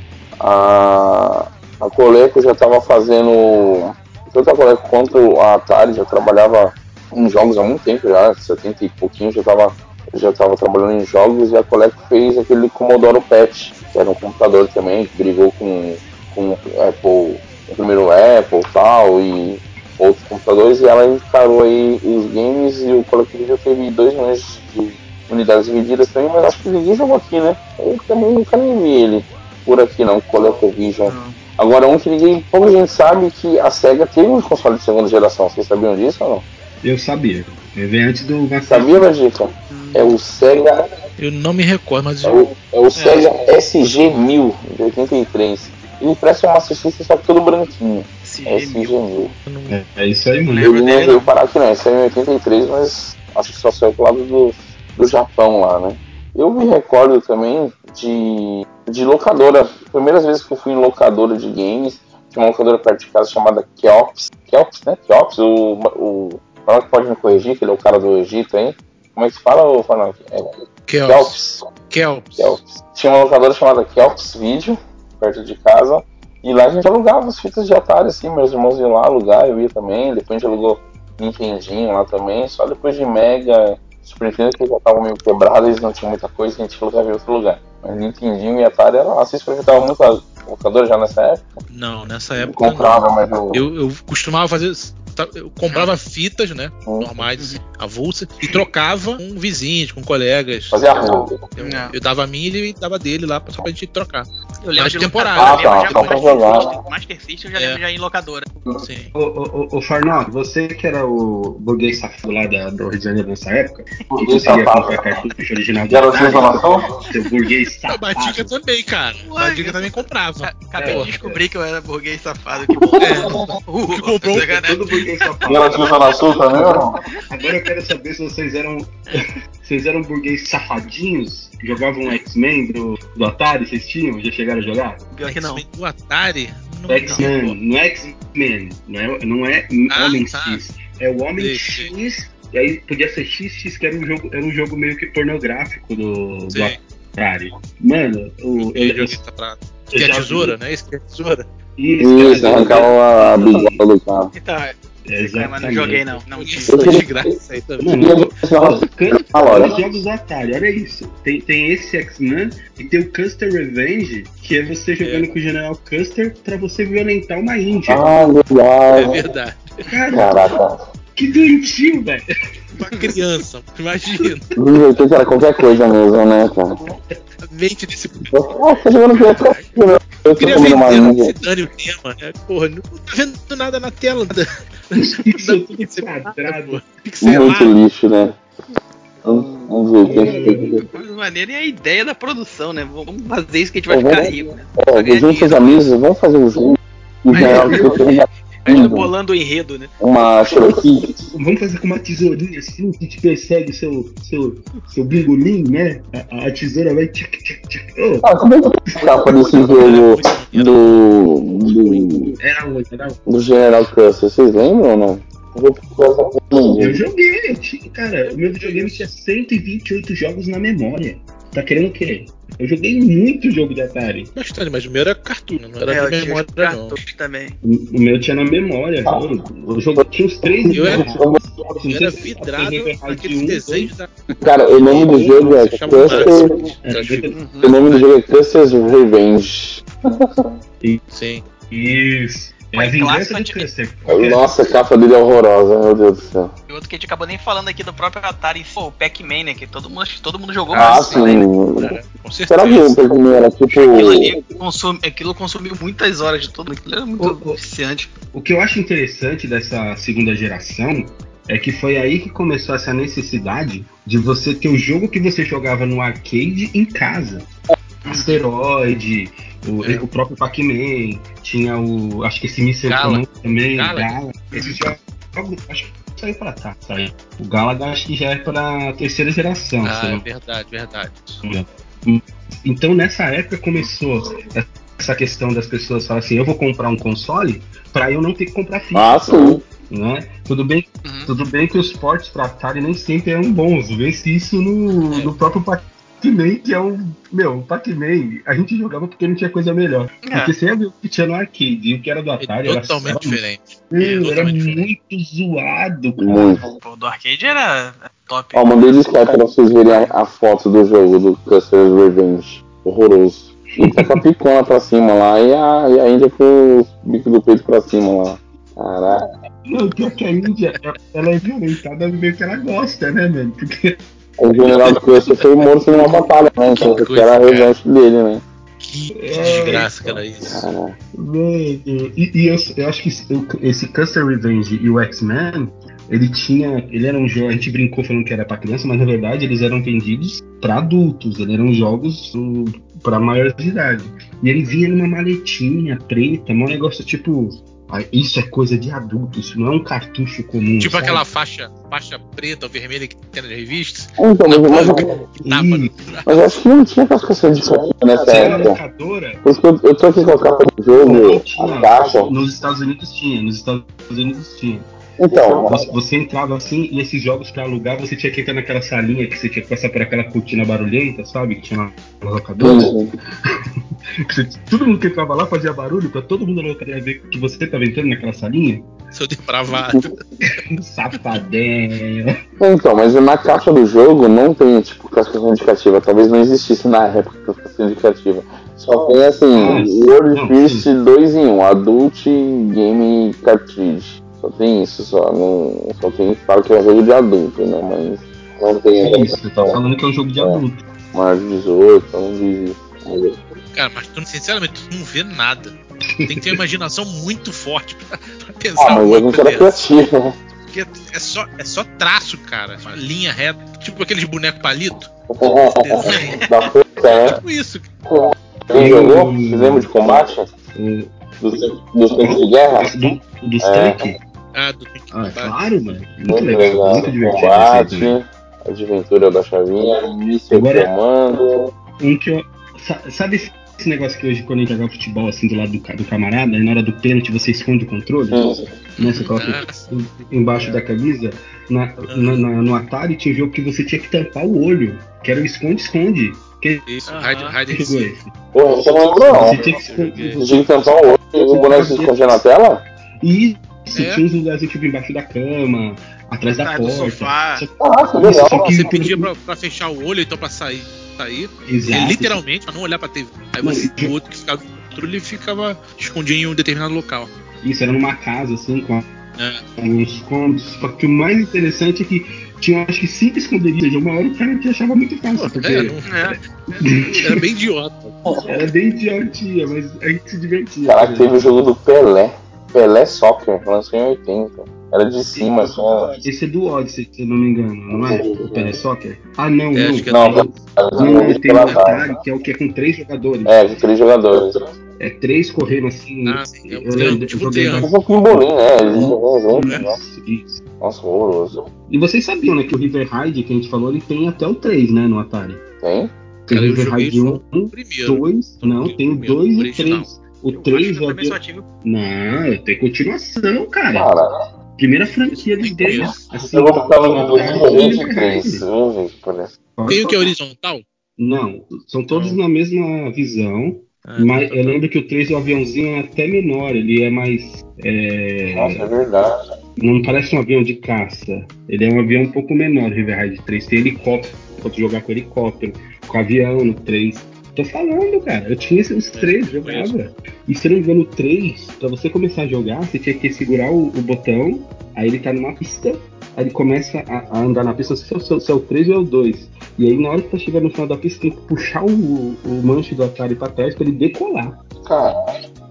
A: A, a Coleco já estava fazendo, tanto a Coleco quanto a Atari já trabalhava em jogos há muito tempo já, 70 e pouquinho já estava já estava trabalhando em jogos e a Coleco fez aquele Commodore PET, que era um computador também, que brigou com, com Apple, o primeiro Apple tal, e outros computadores, e ela encarou aí os games e o Coleco já teve 2 milhões de unidades vendidas também, mas acho que ninguém jogou aqui, né? Eu também nunca nem vi ele por aqui não, Coleco Vision.
E: então,
A: Agora um que ninguém, pouca gente sabe que a SEGA teve um console de segunda geração, vocês sabiam disso ou não?
B: Eu sabia. Ele vem antes do
A: Sabia, Magica? É o Sega.
D: Eu não me recordo, mas.
A: É o, é o Sega SG1000 de 83. Ele parece um Master System, só que todo branquinho. É SG1000.
B: É, é isso aí, mano.
A: Ele não veio parar aqui, não. Esse é em 83, mas acho que só saiu pro lado do, do Japão lá, né? Eu me recordo também de, de locadora. Primeiras vezes que eu fui em locadora de games, tinha uma locadora perto de casa chamada Keops. Keops, né? Keops, o, o Fala pode me corrigir, que ele é o cara do Egito, hein? Como é que se fala, ô Fernando? É,
D: Kelps. Kelps.
A: Kelps. é Tinha uma locadora chamada Kelps Video, perto de casa. E lá a gente alugava as fitas de Atari, assim, meus irmãos iam lá alugar, eu ia também. Depois a gente alugou Nintendinho lá também. Só depois de Mega, Super Nintendo, que já estavam meio quebrados, eles não tinham muita coisa, a gente alugava em outro lugar. Mas Nintendinho e Atari era lá. Vocês frequentavam muito a locadora já nessa época?
D: Não, nessa época.
A: Eu comprava,
D: não.
A: mas eu...
D: É, Eu, eu costumava fazer tá, eu comprava fitas, né?
A: Uhum.
D: Normais, avulsas, e trocava com vizinhos, com colegas.
A: fazia roupa.
D: Eu,
E: Não.
D: eu dava a minha e ele dava dele lá pra- só pra gente trocar.
E: Eu lembro
D: Mas um
E: de
D: temporário.
E: locadora,
A: Ah,
E: eu
A: tá,
E: lembro
A: tá,
E: já
A: tá, tá.
E: Master System, Master System eu já
D: É.
E: lembro já em locadora.
D: Sim.
B: Ô, ô, ô, ô Farnock, você que era o burguês safado lá da, do Rio de Janeiro nessa época, que
A: Burguês
B: conseguia
A: safado.
B: comprar cartucho original do
A: Já era sua
B: Atari,
A: informação?
B: seu burguês
D: A Badica
B: safado.
D: também, cara. A Badica também comprava.
E: Acabei
B: É.
E: de descobrir que eu era burguês safado. [LAUGHS] Que bom. Uh, né?
D: Que comprou um-
E: sacanagem.
B: Todo burguês
A: E ela
B: safado.
A: tinha na sua também ou não?
B: Agora eu quero saber se vocês eram vocês eram burguês safadinhos, que jogavam X-Men do, do Atari, vocês tinham? Já chegaram a jogar?
E: Pior que não.
D: X-Men do Atari? Não,
B: X-Men, não é X-Men, não é, não é
D: Ah,
B: Homem
D: tá.
B: X, é o Homem
D: Sei,
B: X, e aí podia ser XX, que era um jogo, era um jogo meio que pornográfico do, do
D: Sei.
B: Atari. Mano, o,
D: Eu
B: eu, eu, é eu
D: joguei essa pra- Que é
B: já vi
D: tesoura, né? Esse que é tesoura.
B: Isso, É,
A: Isso, é
B: cara,
A: arrancava a bigorna do cara.
E: Então,
B: Exatamente.
E: mas não joguei né? não. Não
D: tá,
E: tinha.
D: Isso é de graça aí também.
B: Mano, eu- Ó,
A: Mano,
B: Cust-
A: Ah, olha.
B: Os jogos do Atari, olha isso. Tem, tem esse X-Men e tem o Custer Revenge, que é você jogando com o General Custer pra você violentar uma índia.
A: ah,
D: É
A: legal.
D: verdade.
B: Cara,
A: Caraca.
B: que doentio, velho.
D: Pra criança, [LAUGHS] imagina.
A: Nos 80 era qualquer coisa mesmo, né, cara?
D: A mente desse
A: Ah, tá jogando com outra coisa, né? Eu
D: Eu
A: tô
D: queria
A: comendo uma
D: vender
A: índia.
D: esse dane o tema, né? Porra, não tá vendo nada na tela. Nada,
B: [LAUGHS] Isso é
D: nada
B: quadrado.
A: Muito
D: pixelado.
A: lixo, né? Uns 80.
E: Mas maneiro é a ideia da produção, né? Vamos fazer isso que a gente vai
A: Uhum.
E: ficar rico. né?
A: Ó, junto com os amigos, vamos fazer um jogo. E geral,
E: Ainda tá bolando o enredo, né?
A: uma Cherokee.
B: Vamos fazer com uma tesourinha assim, que te persegue seu, seu, seu bingolim, né? A, a tesoura vai tchac, tchac, tchac. Ô,
A: Ah, como é que é a capa desse jogo do, do,
B: era um, era um.
A: do General Custer? Vocês lembram ou não? Eu vou procurar essa porra no
B: Eu
A: Google.
B: joguei, eu tinha, cara. O meu videogame tinha 128 jogos na memória. Tá querendo o quê? Eu joguei muito jogo de Atari.
D: Bastante, mas o meu era cartoon, não era
E: É,
D: de
E: eu tinha
D: memória,
E: os
D: não.
E: cartuchos também.
B: O o meu tinha na memória, juro. Eu joguei, tinha uns três
D: Ah, Eu era-
B: jogos. assim,
D: Eu era vidrado naqueles
B: um,
D: desejos da.
A: Cara, o nome do jogo é
D: Se chamava
A: Custer.
B: É,
D: Maravilha.
A: O nome do jogo é Custer's Revenge.
D: Sim.
B: Isso. É a
E: Mas
B: vingança
E: clássico
B: do
E: de-
B: Custer.
A: Nossa, a capa dele é horrorosa, meu Deus do céu.
E: E outro que a gente acabou nem falando aqui do próprio Atari, pô, o Pac-Man, né? Que todo mundo, acho que todo mundo jogou
A: Ah,
E: mais, né?
A: sim.
D: Cara, com
A: Será que o
D: certeza.
A: Pac-Man era
E: Aquilo
A: tipo.
E: ali consome- aquilo consumiu muitas horas de todo mundo. Aquilo era muito
B: Ô, ô.
E: viciante.
B: O que eu acho interessante dessa segunda geração é que foi aí que começou essa necessidade de você ter o jogo que você jogava no arcade em casa. Asteroid, o,
D: Uhum. É.
B: o próprio Pac-Man, tinha o. Acho que esse Missile
D: Galaxy.
B: Command também,
D: Galaxy.
B: Galaxy. Esses jogos. Acho que saiu pra cá. Saiu. O Galaga acho que já é pra terceira geração.
D: Ah,
B: sei
D: é
B: lá.
D: verdade, verdade.
B: Então nessa época começou essa questão das pessoas falarem assim, eu vou comprar um console pra eu não ter que comprar fita.
A: Ah, sim.
B: né? Tudo bem,
E: Uhum.
B: tudo bem que os portes para Atari nem sempre eram bons. Vê se isso no,
D: É.
B: no próprio Pac-Man, que é um. Meu, o Pac-Man, a gente jogava porque não tinha coisa melhor. Porque você ia ver o que tinha no arcade e o que era do
D: É
B: Atari era
D: totalmente
B: só-
D: diferente. É
B: Meu, era
D: totalmente diferente.
B: muito zoado, cara.
A: Muito.
E: Pô, o do arcade era top.
A: Ó, mandei no Skype pra vocês verem a, a foto do jogo do Custer's Revenge. Horroroso. E tá com a picona pra cima lá e a, e a Índia com o bico do peito pra cima lá. Caraca.
B: Não, pior que a Índia, ela é violentada meio que ela gosta, né, mano? Porque
A: O general Custer foi morto numa batalha, né? Então,
D: Que
A: que era a
D: coisa,
A: revanche dele, né?
D: Que
B: É,
D: desgraça que era isso.
A: Caraca.
B: Velho, e, e eu, eu acho que esse- eu- esse Custer Revenge e o X-Men, ele tinha. Ele era um jogo. A gente brincou falando que era pra criança, mas na verdade eles eram vendidos pra adultos. Eles eram jogos hum, pra maiores de idade. E ele vinha numa maletinha preta, um negócio tipo. "Ah, Isso é coisa de adulto, isso não é um cartucho comum.
D: Tipo
B: sabe?
D: aquela faixa, faixa preta ou vermelha que tem nas revistas.
A: Então, mas, mas,
D: Que tapa no- [LAUGHS]
A: mas eu acho que não tinha cascação de cartucho nessa
B: Você era
A: época.
B: locadora?
A: Por isso que eu, eu tô aqui com a capa do
B: Não
A: jogo,
B: tinha.
A: a caixa.
B: Nos Estados Unidos tinha, nos Estados Unidos tinha.
A: Então,
B: Você, você entrava assim e esses jogos pra alugar, você tinha que entrar naquela salinha que você tinha que passar por aquela cortina barulhenta, sabe? Que tinha na na locadora. Que você- Todo mundo que entrava lá fazia barulho pra todo mundo na locadora ver que você tava entrando naquela salinha.
D: Seu depravado.
B: Safadão.
A: Então, mas na caixa do jogo não tem, tipo, classificação indicativa. Talvez não existisse na época classificação indicativa. Só tem, assim,
B: Ah,
A: World
B: não,
A: Fist 2 em 1, Adult Game Cartridge. Só tem isso, só. Não, só tem, claro que é um jogo de adulto, né? Mas não tem
B: É
A: essa
B: isso, você tá
A: questão.
B: falando que é um jogo de
A: É.
B: adulto.
A: Maior de 18, então não diz isso.
D: Cara, mas tu, sinceramente, tu não vê nada. Tem que ter uma imaginação muito forte pra, pra pensar
A: Ah, mas a
D: uma
A: gente
D: coisa
A: era
D: dessa.
A: criativo, né?
D: Porque é só, é só traço, cara. Só linha reta. Tipo aqueles bonecos palito. desenho.
A: da força, né?
D: Tipo isso.
A: Quem jogou? Você lembra de combate?
B: Hum.
A: Dos dos tempos de guerra?
B: Do, dos
A: Ah, É.
B: tanques?
D: Ah, do Pink
B: Ah, é
D: Panther.
B: claro, mano. Muito
A: Muito
B: legal,
A: legal. Um
B: muito divertido. esse jogo.
A: Combate, Adventura da Chavinha, Míssil
B: Agora-
A: Comando.
B: Um que eu, sa- sabe esse esse negócio que hoje quando a gente joga futebol assim do lado do, ca- do camarada, e na hora do pênalti você esconde o controle? Né, você coloca
D: Nossa.
B: embaixo da camisa, na, na- na- no Atari tinha um jogo que você tinha que tampar o olho, que era o esconde-esconde. Quem
D: Isso,
C: Aham.
D: Hide Hide and
B: jogou
D: Seek.
B: esse?
A: Porra, você não lembrou não.
B: Você tinha que esconder.
A: Você tinha que tampar o olho e o boneco se escondia na tela?
B: E isso,
D: É.
B: tinha uns lugares tipo embaixo da cama, atrás da
E: Atrás do
B: porta.
E: sofá.
B: Só que-
A: Caraca, legal.
B: Só que-
D: Você pedia pra, pra fechar o olho, então pra sair. sair.
B: Exato.
D: É, literalmente, pra não olhar pra TV. Aí você tinha outro que ficava no controle e ficava escondido em um determinado local.
B: Isso era numa casa assim, com
D: É.
B: alguns cômodos. Só que o mais interessante é que tinha acho que cinco esconderijos. Uma hora o cara te achava muito fácil, porque
D: É, não-
E: É. um
D: era bem idiota.
B: era bem idiotia, mas a gente se divertia.
A: Caraca,
B: né?
A: teve o jogo do Pelé. Pelé Soccer, lançou é em 80. Era de cima, assim, ó.
B: Esse é do Odyssey, se eu não me engano, não é? O Pelé Soccer? Ah, não,
D: É,
B: não.
D: acho que é
A: Não,
B: Não, não, tem um
A: pela
B: Atari, que é o que é com três jogadores.
A: É, de três jogadores. É
B: É três correndo assim.
D: Ah, sim, é um
B: eu
D: triângulo,
B: lembro, eu
D: tipo
B: joguei
D: triângulo.
A: um pouquinho bolinho, né? Eles jogavam juntos, né?
B: Isso, isso.
A: Nossa, horroroso.
B: E vocês sabiam, né, que o River Raid que a gente falou, ele tem até o 3, né, no Atari.
A: Tem?
B: Tem
D: Cara, eu
B: River
D: joguei
B: Raid
D: só
B: 1,
D: o primeiro.
B: 2, não, tem o
D: primeiro,
B: 2 e o
D: um original.
B: 3. O
E: Eu acho
B: 3
E: que eu
B: já
E: também só
B: deu...
E: tive o
B: Não, tem continuação, cara.
A: Cara,
B: Primeira franquia dos
D: Tem
B: deles. Assim, tá,
A: eu vou botar
B: no
A: no
B: Atari, River Raid.
A: 23. Vamos ver, parece.
D: Tem o que é horizontal?
B: Não, são todos na mesma visão.
D: Ah,
B: Mas eu lembro que o 3 do aviãozinho é até menor, ele é mais. é,
A: Nossa, é verdade.
B: não parece um avião de caça. Ele é um avião um pouco menor, o River Raid 3. Tem helicóptero, pode jogar com helicóptero, com avião no 3. Tô falando, cara. Eu tinha esses três, jogava. E se eu não me engano, o 3, pra você começar a jogar, você tinha que segurar o, o botão, aí ele tá numa pista, aí ele começa a, a andar na pista, não sei se é, o, se é o 3 ou é o 2. E aí na hora que tá chegando no final da pista, tem que puxar o, o manche do Atari pra trás pra ele decolar.
A: Cara,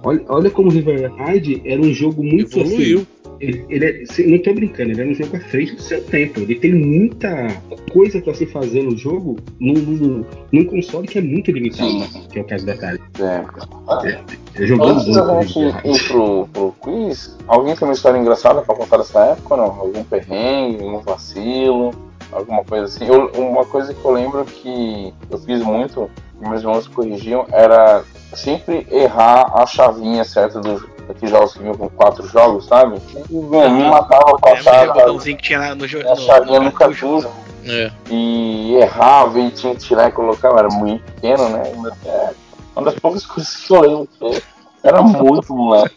B: Olha, olha como o River Raid era um jogo muito assim,
D: Evoluiu.
B: Ele, ele é, se- não tô brincando, ele é um jogo à frente do seu tempo. Ele tem muita coisa pra se fazer no jogo num, num, num console que é muito limitado, né? que é o caso da Atari.
A: É.
B: Eu jogando
A: Antes da
B: muito.
A: gente ir pro, pro quiz, alguém tem uma história engraçada pra contar dessa época ou não? Algum perrengue, algum vacilo, alguma coisa assim? Eu- uma coisa que eu lembro que eu fiz muito, e meus irmãos corrigiam, era sempre errar a chavinha certa dos aqui já os que vinham com quatro jogos, sabe? E, mano, me matava com a
E: Lembra aquele
A: chave,
E: um botãozinho que tinha na- no jogo?
A: a chavinha no cartucho
D: É.
A: e errava e tinha que tirar e colocar, eu era muito pequeno, né? É, uma das poucas [LAUGHS] coisas que eu lembro que eu era muito moleque.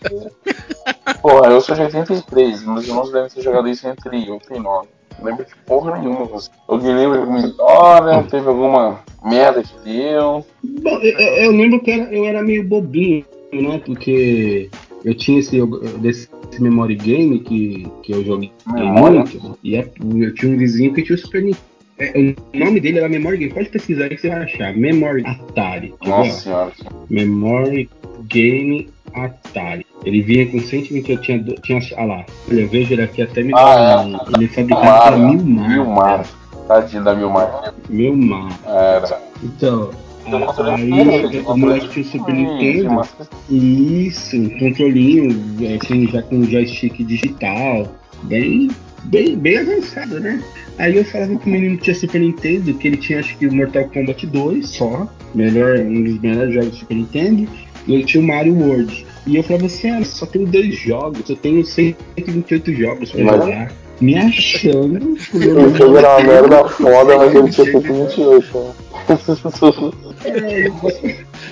A: Porra, eu sou de 83, meus irmãos devem ter jogado isso entre 89. Não lembro de porra nenhuma. assim. Alguém lembra de alguma história? né? Teve alguma merda que deu?
B: Bom, eu, eu- eu lembro que era- eu era meio bobinho, né? Porque eu tinha esse, desse memory game que, que eu joguei
A: Memória?
B: muito. E é- eu tinha um vizinho que tinha o Super Nintendo. É, o nome dele era Memory Game. Pode pesquisar aí que você vai achar. Memory Atari. Quer ver, ó?
A: Nossa senhora.
B: Memory Game Atari. Ele vinha com 120, eu tinha. do- tinha ah lá, olha, eu vejo ele aqui até me
A: Ah,
B: dá um. Ele é fabricado
A: Milmar.
B: pra Milmar.
A: Milmar. Tadinho da Milmar.
B: Milmar.
A: Era.
B: Então,
A: Eu
B: a-
A: controlei
B: aí
A: tudo,
B: eu-
A: eu
B: o moleque tinha um o Super
A: Ih,
B: Nintendo.
A: mas-
B: Isso, um controlinho, é, assim, já com joystick digital, bem, bem, bem avançado, né? Aí eu falava que o menino que tinha Super Nintendo, que ele tinha acho que o Mortal Kombat 2 só, melhor, um dos melhores jogos do Super Nintendo, e ele tinha o Mario World. E eu falava assim, ah, só tenho dois jogos, eu tenho 128 jogos pra
A: Mas-
B: jogar. Me achando,
A: O jogo era uma merda foda, mas ele tinha
B: Chega.
A: 128. [LAUGHS] né?
B: É,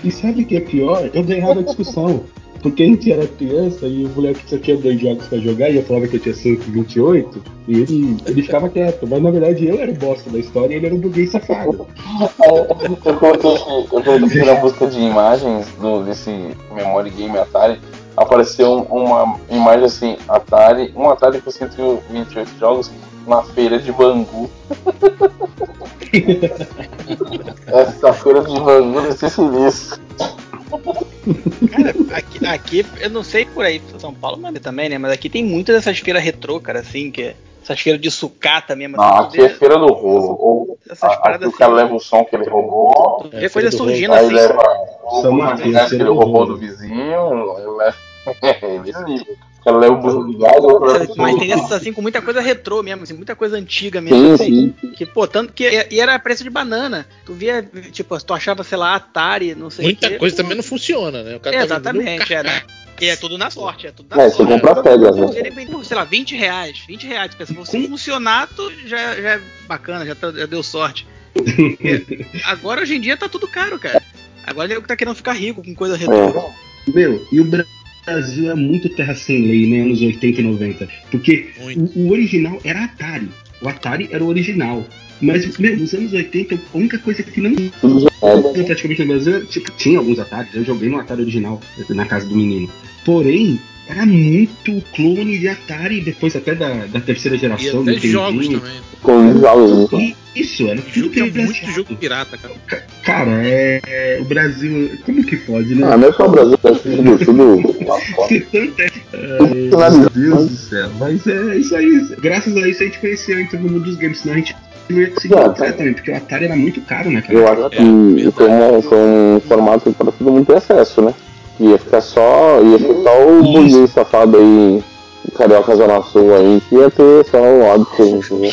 B: e sabe o que é pior? Eu ganhava a discussão. Porque a gente era criança e o moleque só tinha dois jogos pra jogar e eu falava que eu tinha 128 e ele, ele ficava quieto. Mas na verdade eu era o bosta da história e ele era um burguês
A: Eu
B: safado.
A: coloquei, aqui- eu coloquei aqui na busca de imagens do, desse Memory Game Atari. Apareceu um, uma imagem assim, Atari, um Atari com 128 jogos na feira de
B: [LAUGHS]
A: Bangu. Essa feira de Bangu deve ser sinistra.
E: Cara, aqui, aqui, eu não sei por aí, por São Paulo, mas também, né? Mas aqui tem muitas dessas feiras retrô, cara, assim, que é. Essas feiras de sucata mesmo,
A: Não,
E: assim, tu
A: aqui é
E: vê
A: feira do rolo. Ou
E: essas
A: a- aqui
E: paradas
A: o cara
E: assim,
A: leva o som que ele roubou,
E: tu vê coisa
D: É, do
E: surgindo
A: aí
E: assim.
A: leva
B: São
A: o
B: Mateus,
A: material que ele
B: feira do
A: roubou
B: rolo.
A: do vizinho, [LAUGHS] ele leva. Eles ligam. O cara leva o burro do gado, o cara leva o
E: Mas
A: burro
E: tem
A: do-
E: dessas assim com muita coisa retrô mesmo, assim, muita coisa antiga mesmo.
A: Sim,
E: assim.
A: sim.
E: Que, pô, tanto que. é, E era preço de banana. Tu via, tipo, tu achava, sei lá, Atari, não sei o
D: Muita
E: quê.
D: coisa também não funciona, né? O cara
E: É,
D: tá vendendo um
E: exatamente, é, né? E é tudo na sorte, é tudo na
A: É, você
E: sorte.
A: compra pedras,
E: Eu
A: né?
E: queria bem, pô, sei lá, 20 reais, 20 reais. Pensa, você
B: Sim.
E: funcionar, tu já, já é bacana, já, tá- já
D: [LAUGHS]
E: deu sorte. Porque agora, hoje em dia, tá tudo caro, cara. Agora ele tá querendo ficar rico com coisa
A: É.
E: retrô.
B: Meu, e o Bra- Brasil é muito terra sem lei, né? Anos 80 e 90. Porque
D: Muito.
B: o, o original era Atari. O Atari era o original. Mas, meu, nos anos 80, a única coisa que não
A: É,
B: Eu, praticamente no Brasil, tipo, tinha alguns ataques, eu joguei no Atari original, na casa do menino. Porém, era muito clone de Atari, depois até da, da terceira
D: E
B: geração.
D: até
B: do
D: jogos
B: Nintendinho.
D: também.
A: com os jogos. né?
B: E isso, era tudo
D: Jogo é muito
B: pirateado.
D: jogo pirata, cara.
B: Cara, é, é, o Brasil, como que pode, né?
A: Ah, não é só o Brasil, tá tudo, tudo lá fora.
B: Tem tanta- Ai, meu Deus do céu. Mas é isso aí. Graças a isso a gente conheceu, entrou no mundo dos games, senão a gente não ia conseguir
A: Não, tá. É,
B: entrar também, porque o Atari era muito caro, né, cara?
A: Eu acho que foi um, foi um formato para todo mundo ter acesso, né? Ia ficar só, ia ficar só o burguês safado aí, o carioca zona sul aí, que ia ter só o lado que a gente vê.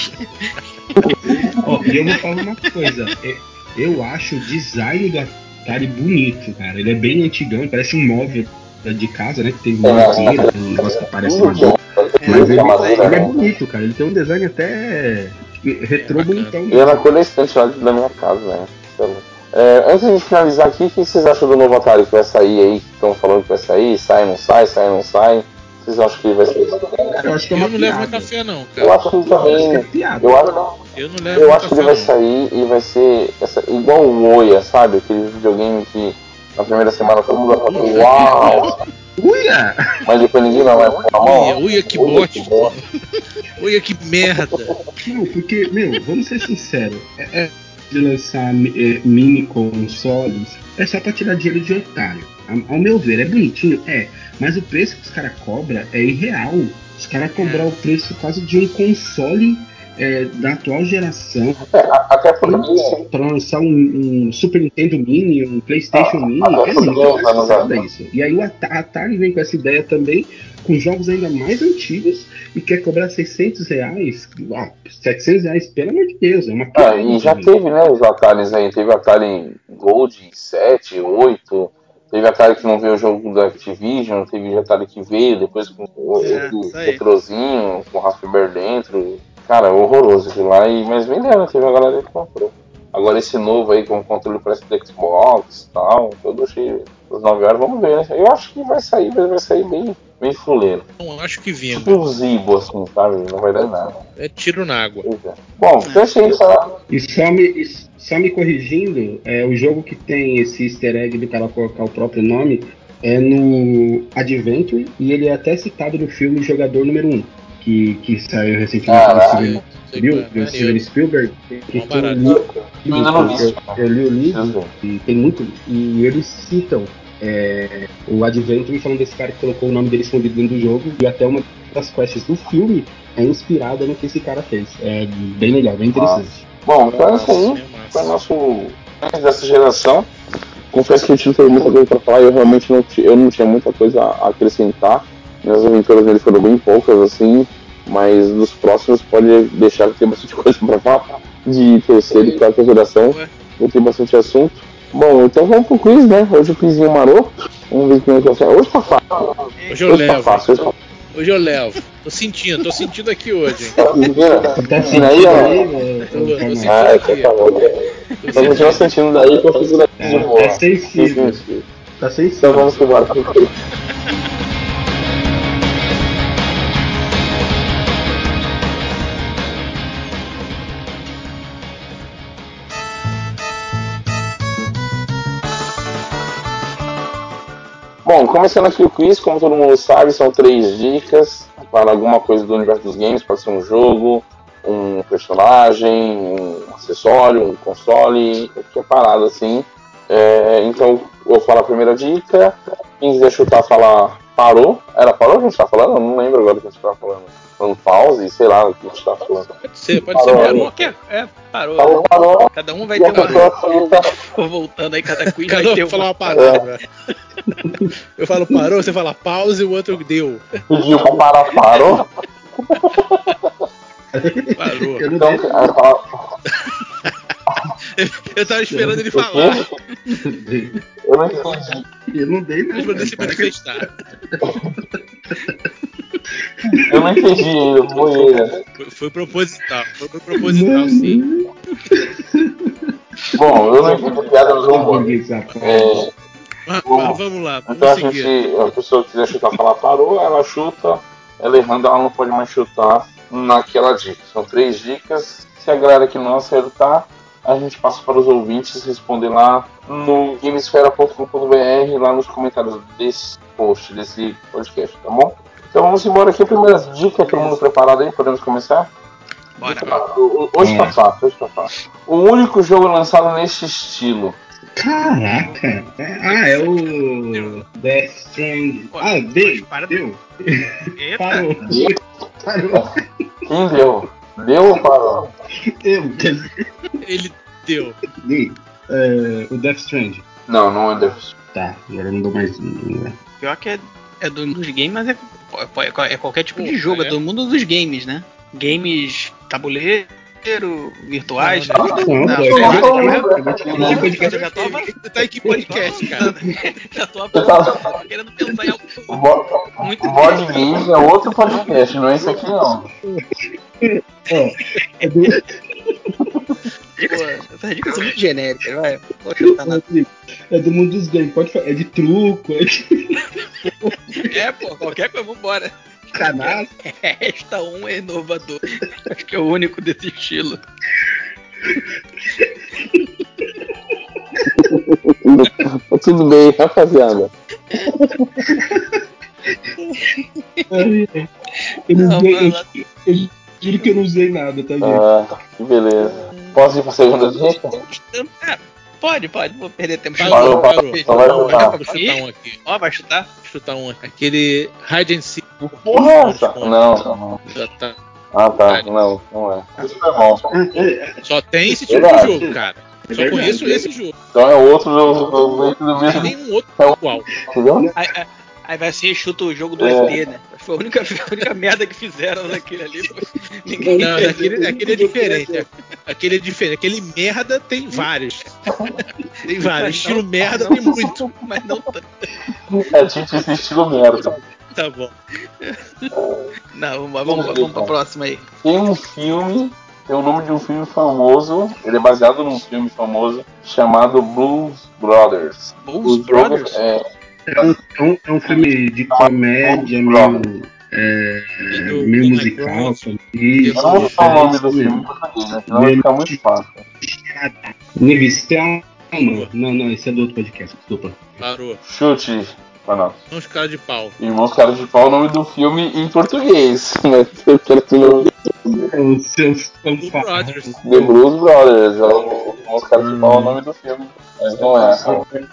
B: Ó, e eu vou falar uma coisa. Eu, eu acho o design do Atari bonito, cara. Ele é bem antigão, parece um móvel de casa, né? Que tem uma madeira, tem um negócio que parece madeira. Mas ele,
E: né?
B: ele é bonito, cara. Ele tem um design até retrô
D: É bacana.
B: bonitão.
A: E era cor da estante lá da minha casa, né? Sei lá. É, antes de finalizar aqui, o que vocês acham do novo Atari que vai sair aí? Que estão falando que vai sair, sai, não sai, sai, não sai. Vocês acham que vai ser.
B: Cara, eu acho que é
D: Eu
B: uma
D: não levo meu
B: piada.
D: café, não,
A: Eu
D: cara.
A: acho que
B: Eu acho que é
A: também.
B: piada.
A: Eu acho
D: Eu não levo
A: Eu
D: meu
A: acho que
D: café,
A: ele vai
D: não.
A: sair e vai ser essa- igual o Oia, sabe? Aquele videogame que na primeira semana todo mundo vai falar, uau!
B: Uia!
A: Mas depois ninguém vai mais falar
D: Uia,
A: mal.
D: uia que
A: Uia,
D: bote.
A: que bosta.
D: Uia que merda.
B: Não, porque, meu, vamos ser sinceros. É, é de lançar é, mini consoles é só pra tirar dinheiro de otário. A- Ao meu ver, é bonitinho, é. Mas o preço que os caras cobram é irreal. Os caras cobrar o preço quase de um console é, da atual geração.
A: É, até porque.
B: Pra lançar um, um Super Nintendo Mini, um PlayStation
A: Ah,
B: Mini,
A: ah,
B: é
A: ah,
B: muito
A: ah,
B: mais
A: ah,
B: pesada
A: ah,
B: isso. E aí o At- a Atari vem com essa ideia também, com jogos ainda mais antigos, e quer cobrar 600 reais, ah, 700 reais, pelo amor de Deus, é uma
A: Ah, e já
B: piada, né?
A: teve, né, os atalhos aí. Teve atalho Gold 7, 8. Teve atalho que não veio o jogo da Activision. Teve atalho que veio depois com o,
C: É,
A: o- o
C: isso aí.
A: retrozinho, com o Raspberry dentro. Cara, horroroso de lá. E, mas venderam, teve uma galera que comprou. Agora esse novo aí com o controle parece do Xbox e tal. Todo cheio. Às 9 horas, vamos ver, né? Eu acho que vai sair, mas vai sair bem, bem fuleiro.
D: Não acho que
A: Tipo
D: vinga.
A: um Zibo, assim, sabe? Não vai dar em nada.
D: É tiro na água.
A: Pois é. Bom, fechei tá? isso lá.
B: E só me, e só me corrigindo, é, o jogo que tem esse easter egg do cara colocar o próprio nome é no Adventure e ele é até citado no filme Jogador Número 1, que, que saiu recentemente do
A: Caralho.
B: Steven,
D: é
B: viu? Do Steven Spielberg. Que
D: Bom
B: tem um
D: barato.
B: livro,
A: Eu ainda não Ah, vi isso,
B: eu, eu li o livro
A: Preciso ver.
B: e tem muito. E eles citam é, o Adventure falando desse cara que colocou o nome dele escondido dentro do jogo e até uma das quests do filme é inspirada no que esse cara fez. É bem legal, bem interessante.
A: Bom, então é isso aí. Foi nosso mais dessa geração. Confesso que o Tito teve muita coisa pra falar. Eu realmente não, ti- eu não tinha muita coisa a acrescentar. Minhas aventuras dele foram bem poucas, assim. Mas nos próximos pode deixar que tem bastante [LAUGHS] coisa pra falar. De terceira e quarta geração. Vou ter bastante assunto. Bom, então vamos pro quiz, né? Hoje o quizinho maroto. Vamos ver como é que vai ser. Hoje tá fácil.
D: Hoje eu
A: Hoje tá
D: levo.
A: fácil. Hoje tá
D: Hoje eu levo. Tô sentindo, tô sentindo aqui hoje, hein?
A: fácil.
B: Tá
A: E daí, ó.
B: né?
D: Eu, eu senti
A: Ah,
D: aqui.
A: tá bom.
D: Eu É,
A: Só
D: senti
A: continua sentindo daí que eu fiz o daqui de boa.
B: Tá sensível. Tá
A: Então
B: sensível.
A: vamos embora. Bom, começando aqui o quiz, como todo mundo sabe, são três dicas para alguma coisa do universo dos games, pode ser um jogo, um personagem, um acessório, um console, qualquer parada assim. É, então, eu vou falar a primeira dica. Quem quiser chutar, falar parou. Era parou que a gente tá falando? Eu não lembro agora o que a gente tava falando. Falando pause, sei lá o que a gente tava falando.
D: Pode ser, pode ser.
A: Parou.
D: Parou.
E: Parou, que é, parou.
A: Falou, parou.
E: Cada um vai
A: E
E: ter
A: a
E: uma.
A: pessoa chuta.
E: Ficou voltando aí,
D: [LAUGHS]
E: cada quiz
D: Cada
E: vai
D: um
E: ter
D: vai falar
E: uma.
D: uma
A: É.
D: palavra. [LAUGHS] Eu falo parou, você fala pausa e o outro deu.
A: Pediu pra parar, parou.
D: Parou.
B: Eu não
A: Então,
B: dei-
A: aí fala,
D: Eu tava esperando ele
A: o
D: falar,
A: quê? Eu não entendi.
B: eu não dei, né?
D: mas
B: não.
D: pra ele se manifestar.
A: Eu não entendi. Eu vou
D: Foi, foi proposital, foi proposital sim.
A: Bom, eu não entendi piada
B: Tá
A: no jogo.
B: Não,
A: É,
D: Mas, mas vamos lá,
A: Então a
D: vamos seguir.
A: gente, a pessoa que quiser chutar falar parou, ela chuta, ela errando, ela não pode mais chutar naquela dica. São três dicas. Se a galera que não acertar, a gente passa para os ouvintes responder lá no gamesfera.com.br, lá nos comentários desse post, desse podcast, tá bom? Então vamos embora aqui, primeiras dicas, todo mundo preparado aí, podemos começar?
E: Bora.
A: O- o- Hoje tá fácil, hoje tá fácil. O único jogo lançado neste estilo.
B: Caraca! Ah, é o. Death Strand. Ah, deu!
E: Para-
B: Deu!
E: Eita,
B: Parou! Parou!
A: Quem deu? Deu ou parou?
B: Eu, quer dizer,
D: Ele deu.
B: dei. É, o Death Strand.
A: Não, não é Death
B: Tá, agora eu não dou mais. né? Não
E: pior que é, é do mundo dos games, mas é, pô- é qual- é qualquer tipo de
D: Pô,
E: jogo, é
D: é?
E: do mundo dos games, né? Games tabuleiro, virtuais.
D: Não,
E: né?
B: pô,
E: não,
B: agora-
E: não,
B: agora-
A: não,
B: agora-
A: não,
B: agora-
E: Eu
A: é
E: já tô avan-
D: Ele tá aqui podcast, cara.
E: já tô
A: Você
E: avan-
A: tá-
E: tava querendo pensar em algo
A: O bo-
E: muito
A: o Board Games é outro podcast, não é esse aqui não.
B: É do.
E: Pô, essas dicas são é muito genéricas, vai. Vou chutar na...
B: É do mundo dos games, pode falar. É de truco, é de
E: É, pô, qualquer coisa, vambora.
B: canastra.
E: Esta um é inovador. Acho que é o único desse estilo.
A: [LAUGHS] Tudo bem, rapaziada.
B: Eu não,
E: Não,
B: usei-
E: mano,
B: eu- juro que eu não usei nada, tá, gente?
A: Ah, que beleza. Posso ir pra segunda dica?
E: Ah, Pode, pode, vou perder tempo.
A: Parou,
E: Chuta.
A: parou. Só vai chutar.
D: Vou chutar um aqui.
E: Ó, vai chutar?
D: Vou chutar um aqui. Aquele Hide and Seek.
A: Porra, é essa? Não, não.
D: Já tá-
A: Ah, tá. Não, não é. Isso é bom.
D: Só tem esse tipo
A: Verdade.
D: de jogo, cara. Só
B: verdade.
D: conheço esse jogo.
A: Então é outro do, do, do, do
D: Não tem
A: mesmo.
D: nenhum outro
B: É um
A: Então-
D: igual.
A: entendeu?
E: Aí, aí- aí vai ser chuta o jogo do
A: É.
E: SD, né? Foi a única, a única merda que fizeram naquele ali. Ninguém
D: Não,
E: fez.
B: tipo
D: aquele, aquele é diferente. Aquele é diferente. Aquele merda tem vários. Tem vários. Estilo merda tem muito.
E: Mas não tanto.
A: [LAUGHS] É tipo esse estilo merda.
D: Tá bom.
E: Não, mas vamos, vamos pra próxima aí.
A: Tem um filme, tem o nome de um filme famoso, ele é baseado num filme famoso chamado Blues Brothers.
E: Bulls Brothers?
A: É,
B: É um, é um- é um filme de comédia, meio, é,
D: Do
B: meio
D: Game
B: musical. assim,
D: of Thrones.
A: eu
B: Isso.
A: não vou falar o nome
B: isso
A: do filme em
B: mesmo.
A: português, né? Senão vai ficar muito fácil.
B: Nego, isso tem uma- uma- Não, não, esse é do outro podcast, desculpa.
D: Parou.
A: Chute, Manoel.
D: São os caras de pau.
A: Irmãos Caras de Pau é o nome do filme em português. [LAUGHS] Né? Eu quero que eu-
B: É o seu São
D: Blue
B: Paulo.
D: Brothers.
A: The Blues Brothers. é o- Irmãos Caras de Pau é o nome do filme. Mas não é.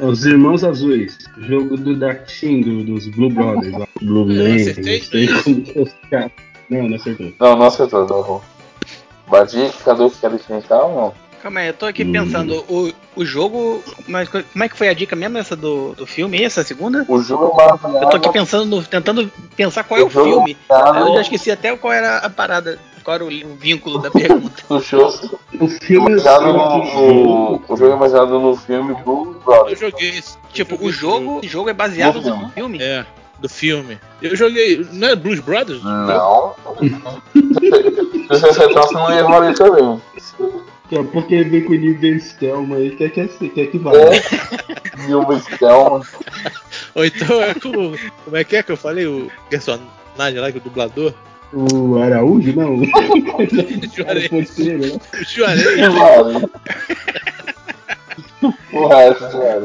B: Os Irmãos Azuis, jogo do da Team, do- dos Blue Brothers, lá. Blue Man,
D: acertei,
B: não sei como que os caras- Não, não acertou.
A: Não, não acertou. Não. Badi, cadê o que era que não?
E: Calma aí, eu tô aqui
B: Hum.
E: pensando. O, o jogo. Mas co- como é que foi a dica mesmo essa do, do filme aí, essa segunda?
A: O jogo
E: Eu tô aqui
A: baseado
E: pensando, no- tentando pensar qual é o
A: O jogo-
E: filme. Eu já esqueci até qual era a parada, qual era o, li- o vínculo
A: [LAUGHS]
E: da pergunta.
A: no show.
B: O filme
A: Baseado no, o jogo é baseado no filme Blues
D: Eu
A: Brothers.
D: joguei esse. eu
E: tipo,
D: joguei
E: o
D: esse
E: jogo, o jogo é baseado
A: No
E: no filme. Ah,
D: É, do filme. Eu joguei. Não é Blues Brothers?
A: Não. [LAUGHS] Se você acertasse, não ia valer também.
B: Daqui a pouco ele é vem com o nível Stelma aí, quer que, assim, quer que valha.
A: É. E o Mistão.
D: Ou então é com. Como é que é que eu falei? O personagem lá, que é o dublador?
B: O Araújo,
D: [LAUGHS]
B: não.
D: Juarez.
B: Fonseca, né?
D: O Juarez.
A: Claro. Porra, essa, cara.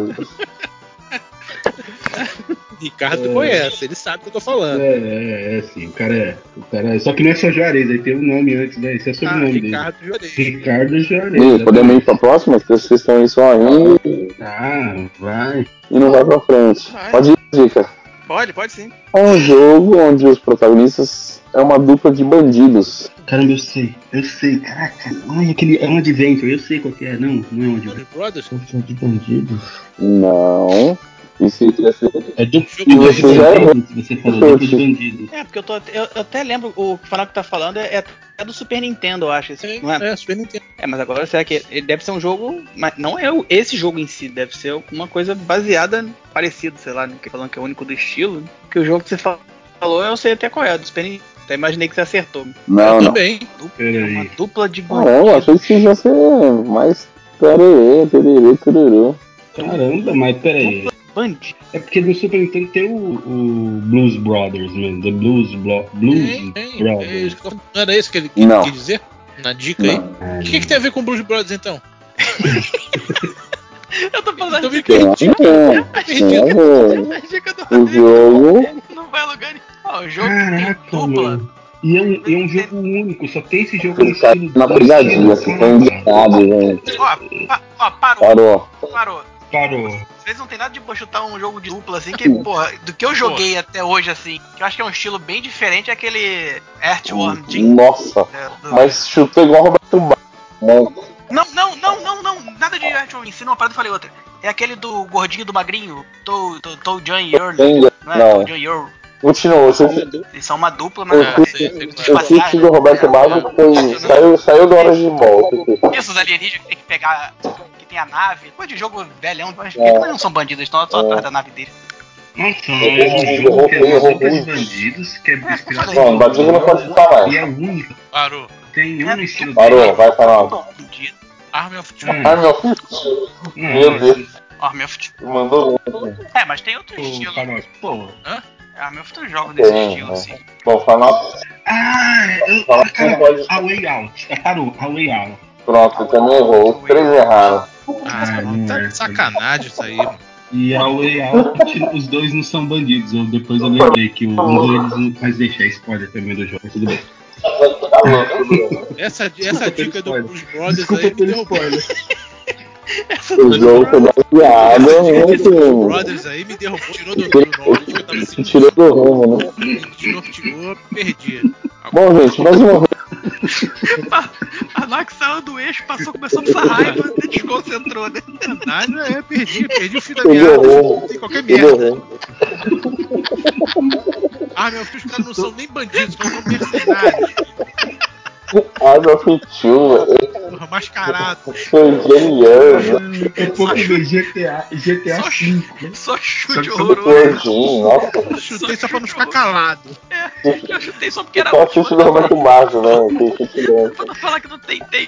D: Ricardo
B: É.
D: conhece, ele sabe o que eu tô falando.
B: É, é, é, sim, o cara é. O cara é- Só que não é só Juarez, aí tem um nome antes, né? Esse é o
D: Ah,
B: sobrenome dele.
D: Ricardo Juarez.
B: Ricardo Juarez.
A: Ih, podemos ir pra próxima? Porque vocês estão aí só indo
B: Ah, vai.
A: e não vai pra frente.
E: Vai.
A: Pode ir, dica.
E: Pode, pode sim.
A: É um jogo onde os protagonistas é uma dupla de bandidos.
B: Caramba, eu sei, eu sei, caraca. Ai, aquele é um adventure, eu sei qual que é. Não, não é um adventure.
D: Blues Brothers?
B: Poxa, de bandido.
A: Não. E se quiser
B: É duplo
D: Jogo
B: de
A: Você já errou.
B: bandidos, você falou, duplo de bandidos.
E: É, porque eu tô. Eu, eu até lembro, o que o Fanaco tá falando é, é do Super Nintendo, eu acho. Esse, não é?
D: É, Super Nintendo.
E: É, mas agora será que ele deve ser um jogo. Mas não é o- esse jogo em si, deve ser uma coisa baseada parecido, sei lá, né, que falando que é o único do estilo. Que o jogo que você fa- falou, eu sei até qual é, do Super Nintendo. Até imaginei que você acertou.
A: Não,
D: eu
A: não.
D: também.
E: Uma
B: Peraí.
E: dupla de
A: Caramba,
E: bandidos.
A: achei que ia ser mais tarerê, tererê, tururu.
B: Caramba, mas peraí.
E: Bandido.
B: É porque no Super Nintendo tem o, o Blues Brothers, mano. The Blues, Blo Blues
D: Tem, tem. É
B: Brothers.
D: isso que eu- Não era isso que ele que-
A: Hum. Não.
D: quis dizer? Na dica aí?
A: Não.
D: O que, que tem a ver com Blues Brothers então?
E: Eu tô falando assim,
D: Então
B: é
D: me
A: Tem
E: [LAUGHS]
D: perdi,
A: a ver.
D: me perdi.
A: Tem a ver.
E: a dica do
A: O jogo.
E: Não vai lugar nenhum. Ó, o jogo que
B: Caraca,
E: tem dupla.
B: mano. E é, um, e é um jogo único, só tem esse jogo
A: Os caras tá na
B: da
A: pegadinha,
B: China,
A: assim, foi
B: cara.
A: enganado, velho.
E: Ó, pa- ó, parou,
A: Parou.
E: parou.
B: Parou.
E: Vocês não tem nada de pô, chutar um jogo de dupla assim, que, porra, do que eu joguei até hoje, assim, que eu acho que é um estilo bem diferente, é aquele Earthworm Jim.
A: Nossa.
E: né, do-
A: Mas chutou igual o Roberto Barros.
E: Não, não, não, não, não, nada de Earthworm, ensina uma parada e falei outra. É aquele do gordinho do magrinho, Tou to, to John e Earl, não é?
A: Não.
E: Tou John e Earl.
A: Continua. Eu sei
E: Eles são uma dupla, mas
A: Eu
E: não
A: sei-
D: é.
A: eu sei que o do Roberto Barros foi-
E: Isso, né?
A: saiu, saiu do Hora de Volta.
E: Esses alienígenas que tem que pegar, que tem a nave, coisa de jogo velhão, mas
A: É.
E: eles não são bandidos, estão só atrás da nave dele.
B: Nossa,
A: Eu
B: mas um
A: errei,
B: jogo que
A: eu errei
B: é dupla de
A: muito.
B: bandidos, que é inspirado em
A: Não, Badiga não pode chutar
B: E é
A: mais.
B: único,
D: Parou.
B: tem um no estilo
A: Parou, vai falar.
E: Bandido.
D: Army of Two.
A: Ai,
B: Ah,
A: meu filho.
B: hum,
A: Meu Deus.
E: Army of Two.
A: Mandou. um
E: É, mas tem outro
B: Pô,
E: estilo. ah,
B: Fanote, pô.
E: Army of Two joga desse
A: Tem,
E: estilo,
A: é.
E: assim.
A: Bom, falar.
B: Ah, eu-
A: Fala,
B: cara,
A: pode-
B: a Way Out. É, Parou, a Way Out.
A: Pronto, também errou. Os três erraram.
B: Ah, não
D: Tá
B: é.
D: de sacanagem isso aí, mano.
B: E a Way Out, os dois não são bandidos. Eu, depois eu lembrei que o um deles não faz deixar spoiler também do jogo, mas tudo bem.
A: Tá louco,
D: Essa, essa
B: Desculpa pelo
D: dica do
B: spoiler.
D: Blues Brothers
B: Desculpa
E: um
D: aí me
B: pelo
D: derrubou.
B: spoiler.
A: Essa o jogo foi baseado
D: no Brothers aí me derrubou, tirou do, do norte, eu tava assim,
A: Tirou do rumo, né?
D: tirou, tirou, perdi.
A: Bom, gente, mais uma vez.
E: A Nox saiu do eixo, passou, começou a passar raiva, desconcentrou, né?
D: Nada, é, perdi, perdi o fio da minha
A: Pegou
D: arma,
A: rumo.
D: tem qualquer
A: Pegou
D: merda.
A: rumo.
D: Ah, meu filho, os caras não são nem bandidos, não são mercenários,
A: Adolf Hitler
D: porra, mascarados.
A: foi genial. né?
B: É um pouco do GTA, GTA
E: Só
B: V.
E: Só chute
B: Só
E: horroroso.
A: Gordinho, nossa.
D: Eu Chutei só pra não ficar calado.
E: Eu chutei só porque era
A: Só assiste do Roberto Baggio, né? Que chute grande.
E: pra não falar que não tentei.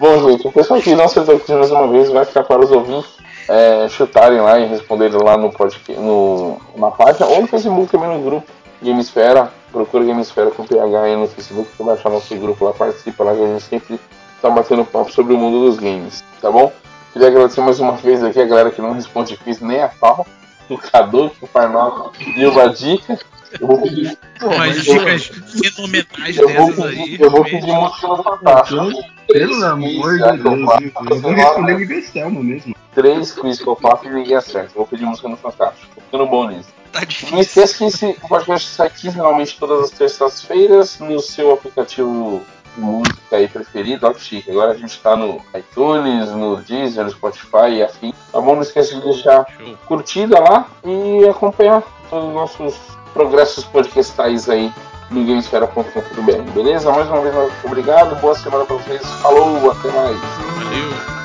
A: Bom, gente, o pessoal que não acertou aqui mais uma vez vai ficar para os ouvintes é, chutarem lá e responderem lá no podcast, no, na página, ou no Facebook também no grupo Gamesfera. Procura Gamesfera com PH aí no Facebook, que vai achar nosso grupo lá, participa lá, que a gente sempre tá batendo papo sobre o mundo dos games, tá bom? Queria agradecer mais uma vez aqui a galera que não responde quiz nem a pau, [LAUGHS] o Cadu, o Farnock e o Badica. Eu vou pedir,
D: Mas é
A: eu-
D: dicas fenomenais
A: eu vou
D: dessas
A: pedir,
D: aí,
A: eu vou
D: realmente.
A: pedir motivo fantástico.
B: Então, Pelo amor de
A: é um
B: Deus, eu vou responder o Miguel Selmo mesmo.
A: três quiz que eu faço e ninguém acerta. Vou pedir música no Fantástico. Tô ficando bom nisso.
E: Tá
A: Não
E: difícil.
A: esqueça que esse podcast sai quinzenalmente todas as terças-feiras no seu aplicativo de música aí preferido, ó que chique. Agora a gente tá no iTunes, no Deezer, no Spotify e afim. Tá bom? Não esqueça de deixar
D: Show.
A: curtida lá e acompanhar todos os nossos progressos podcastais aí no gamesfera.com.br. Beleza? Mais uma vez, obrigado. Boa semana pra vocês. Falou, até mais.
D: Valeu.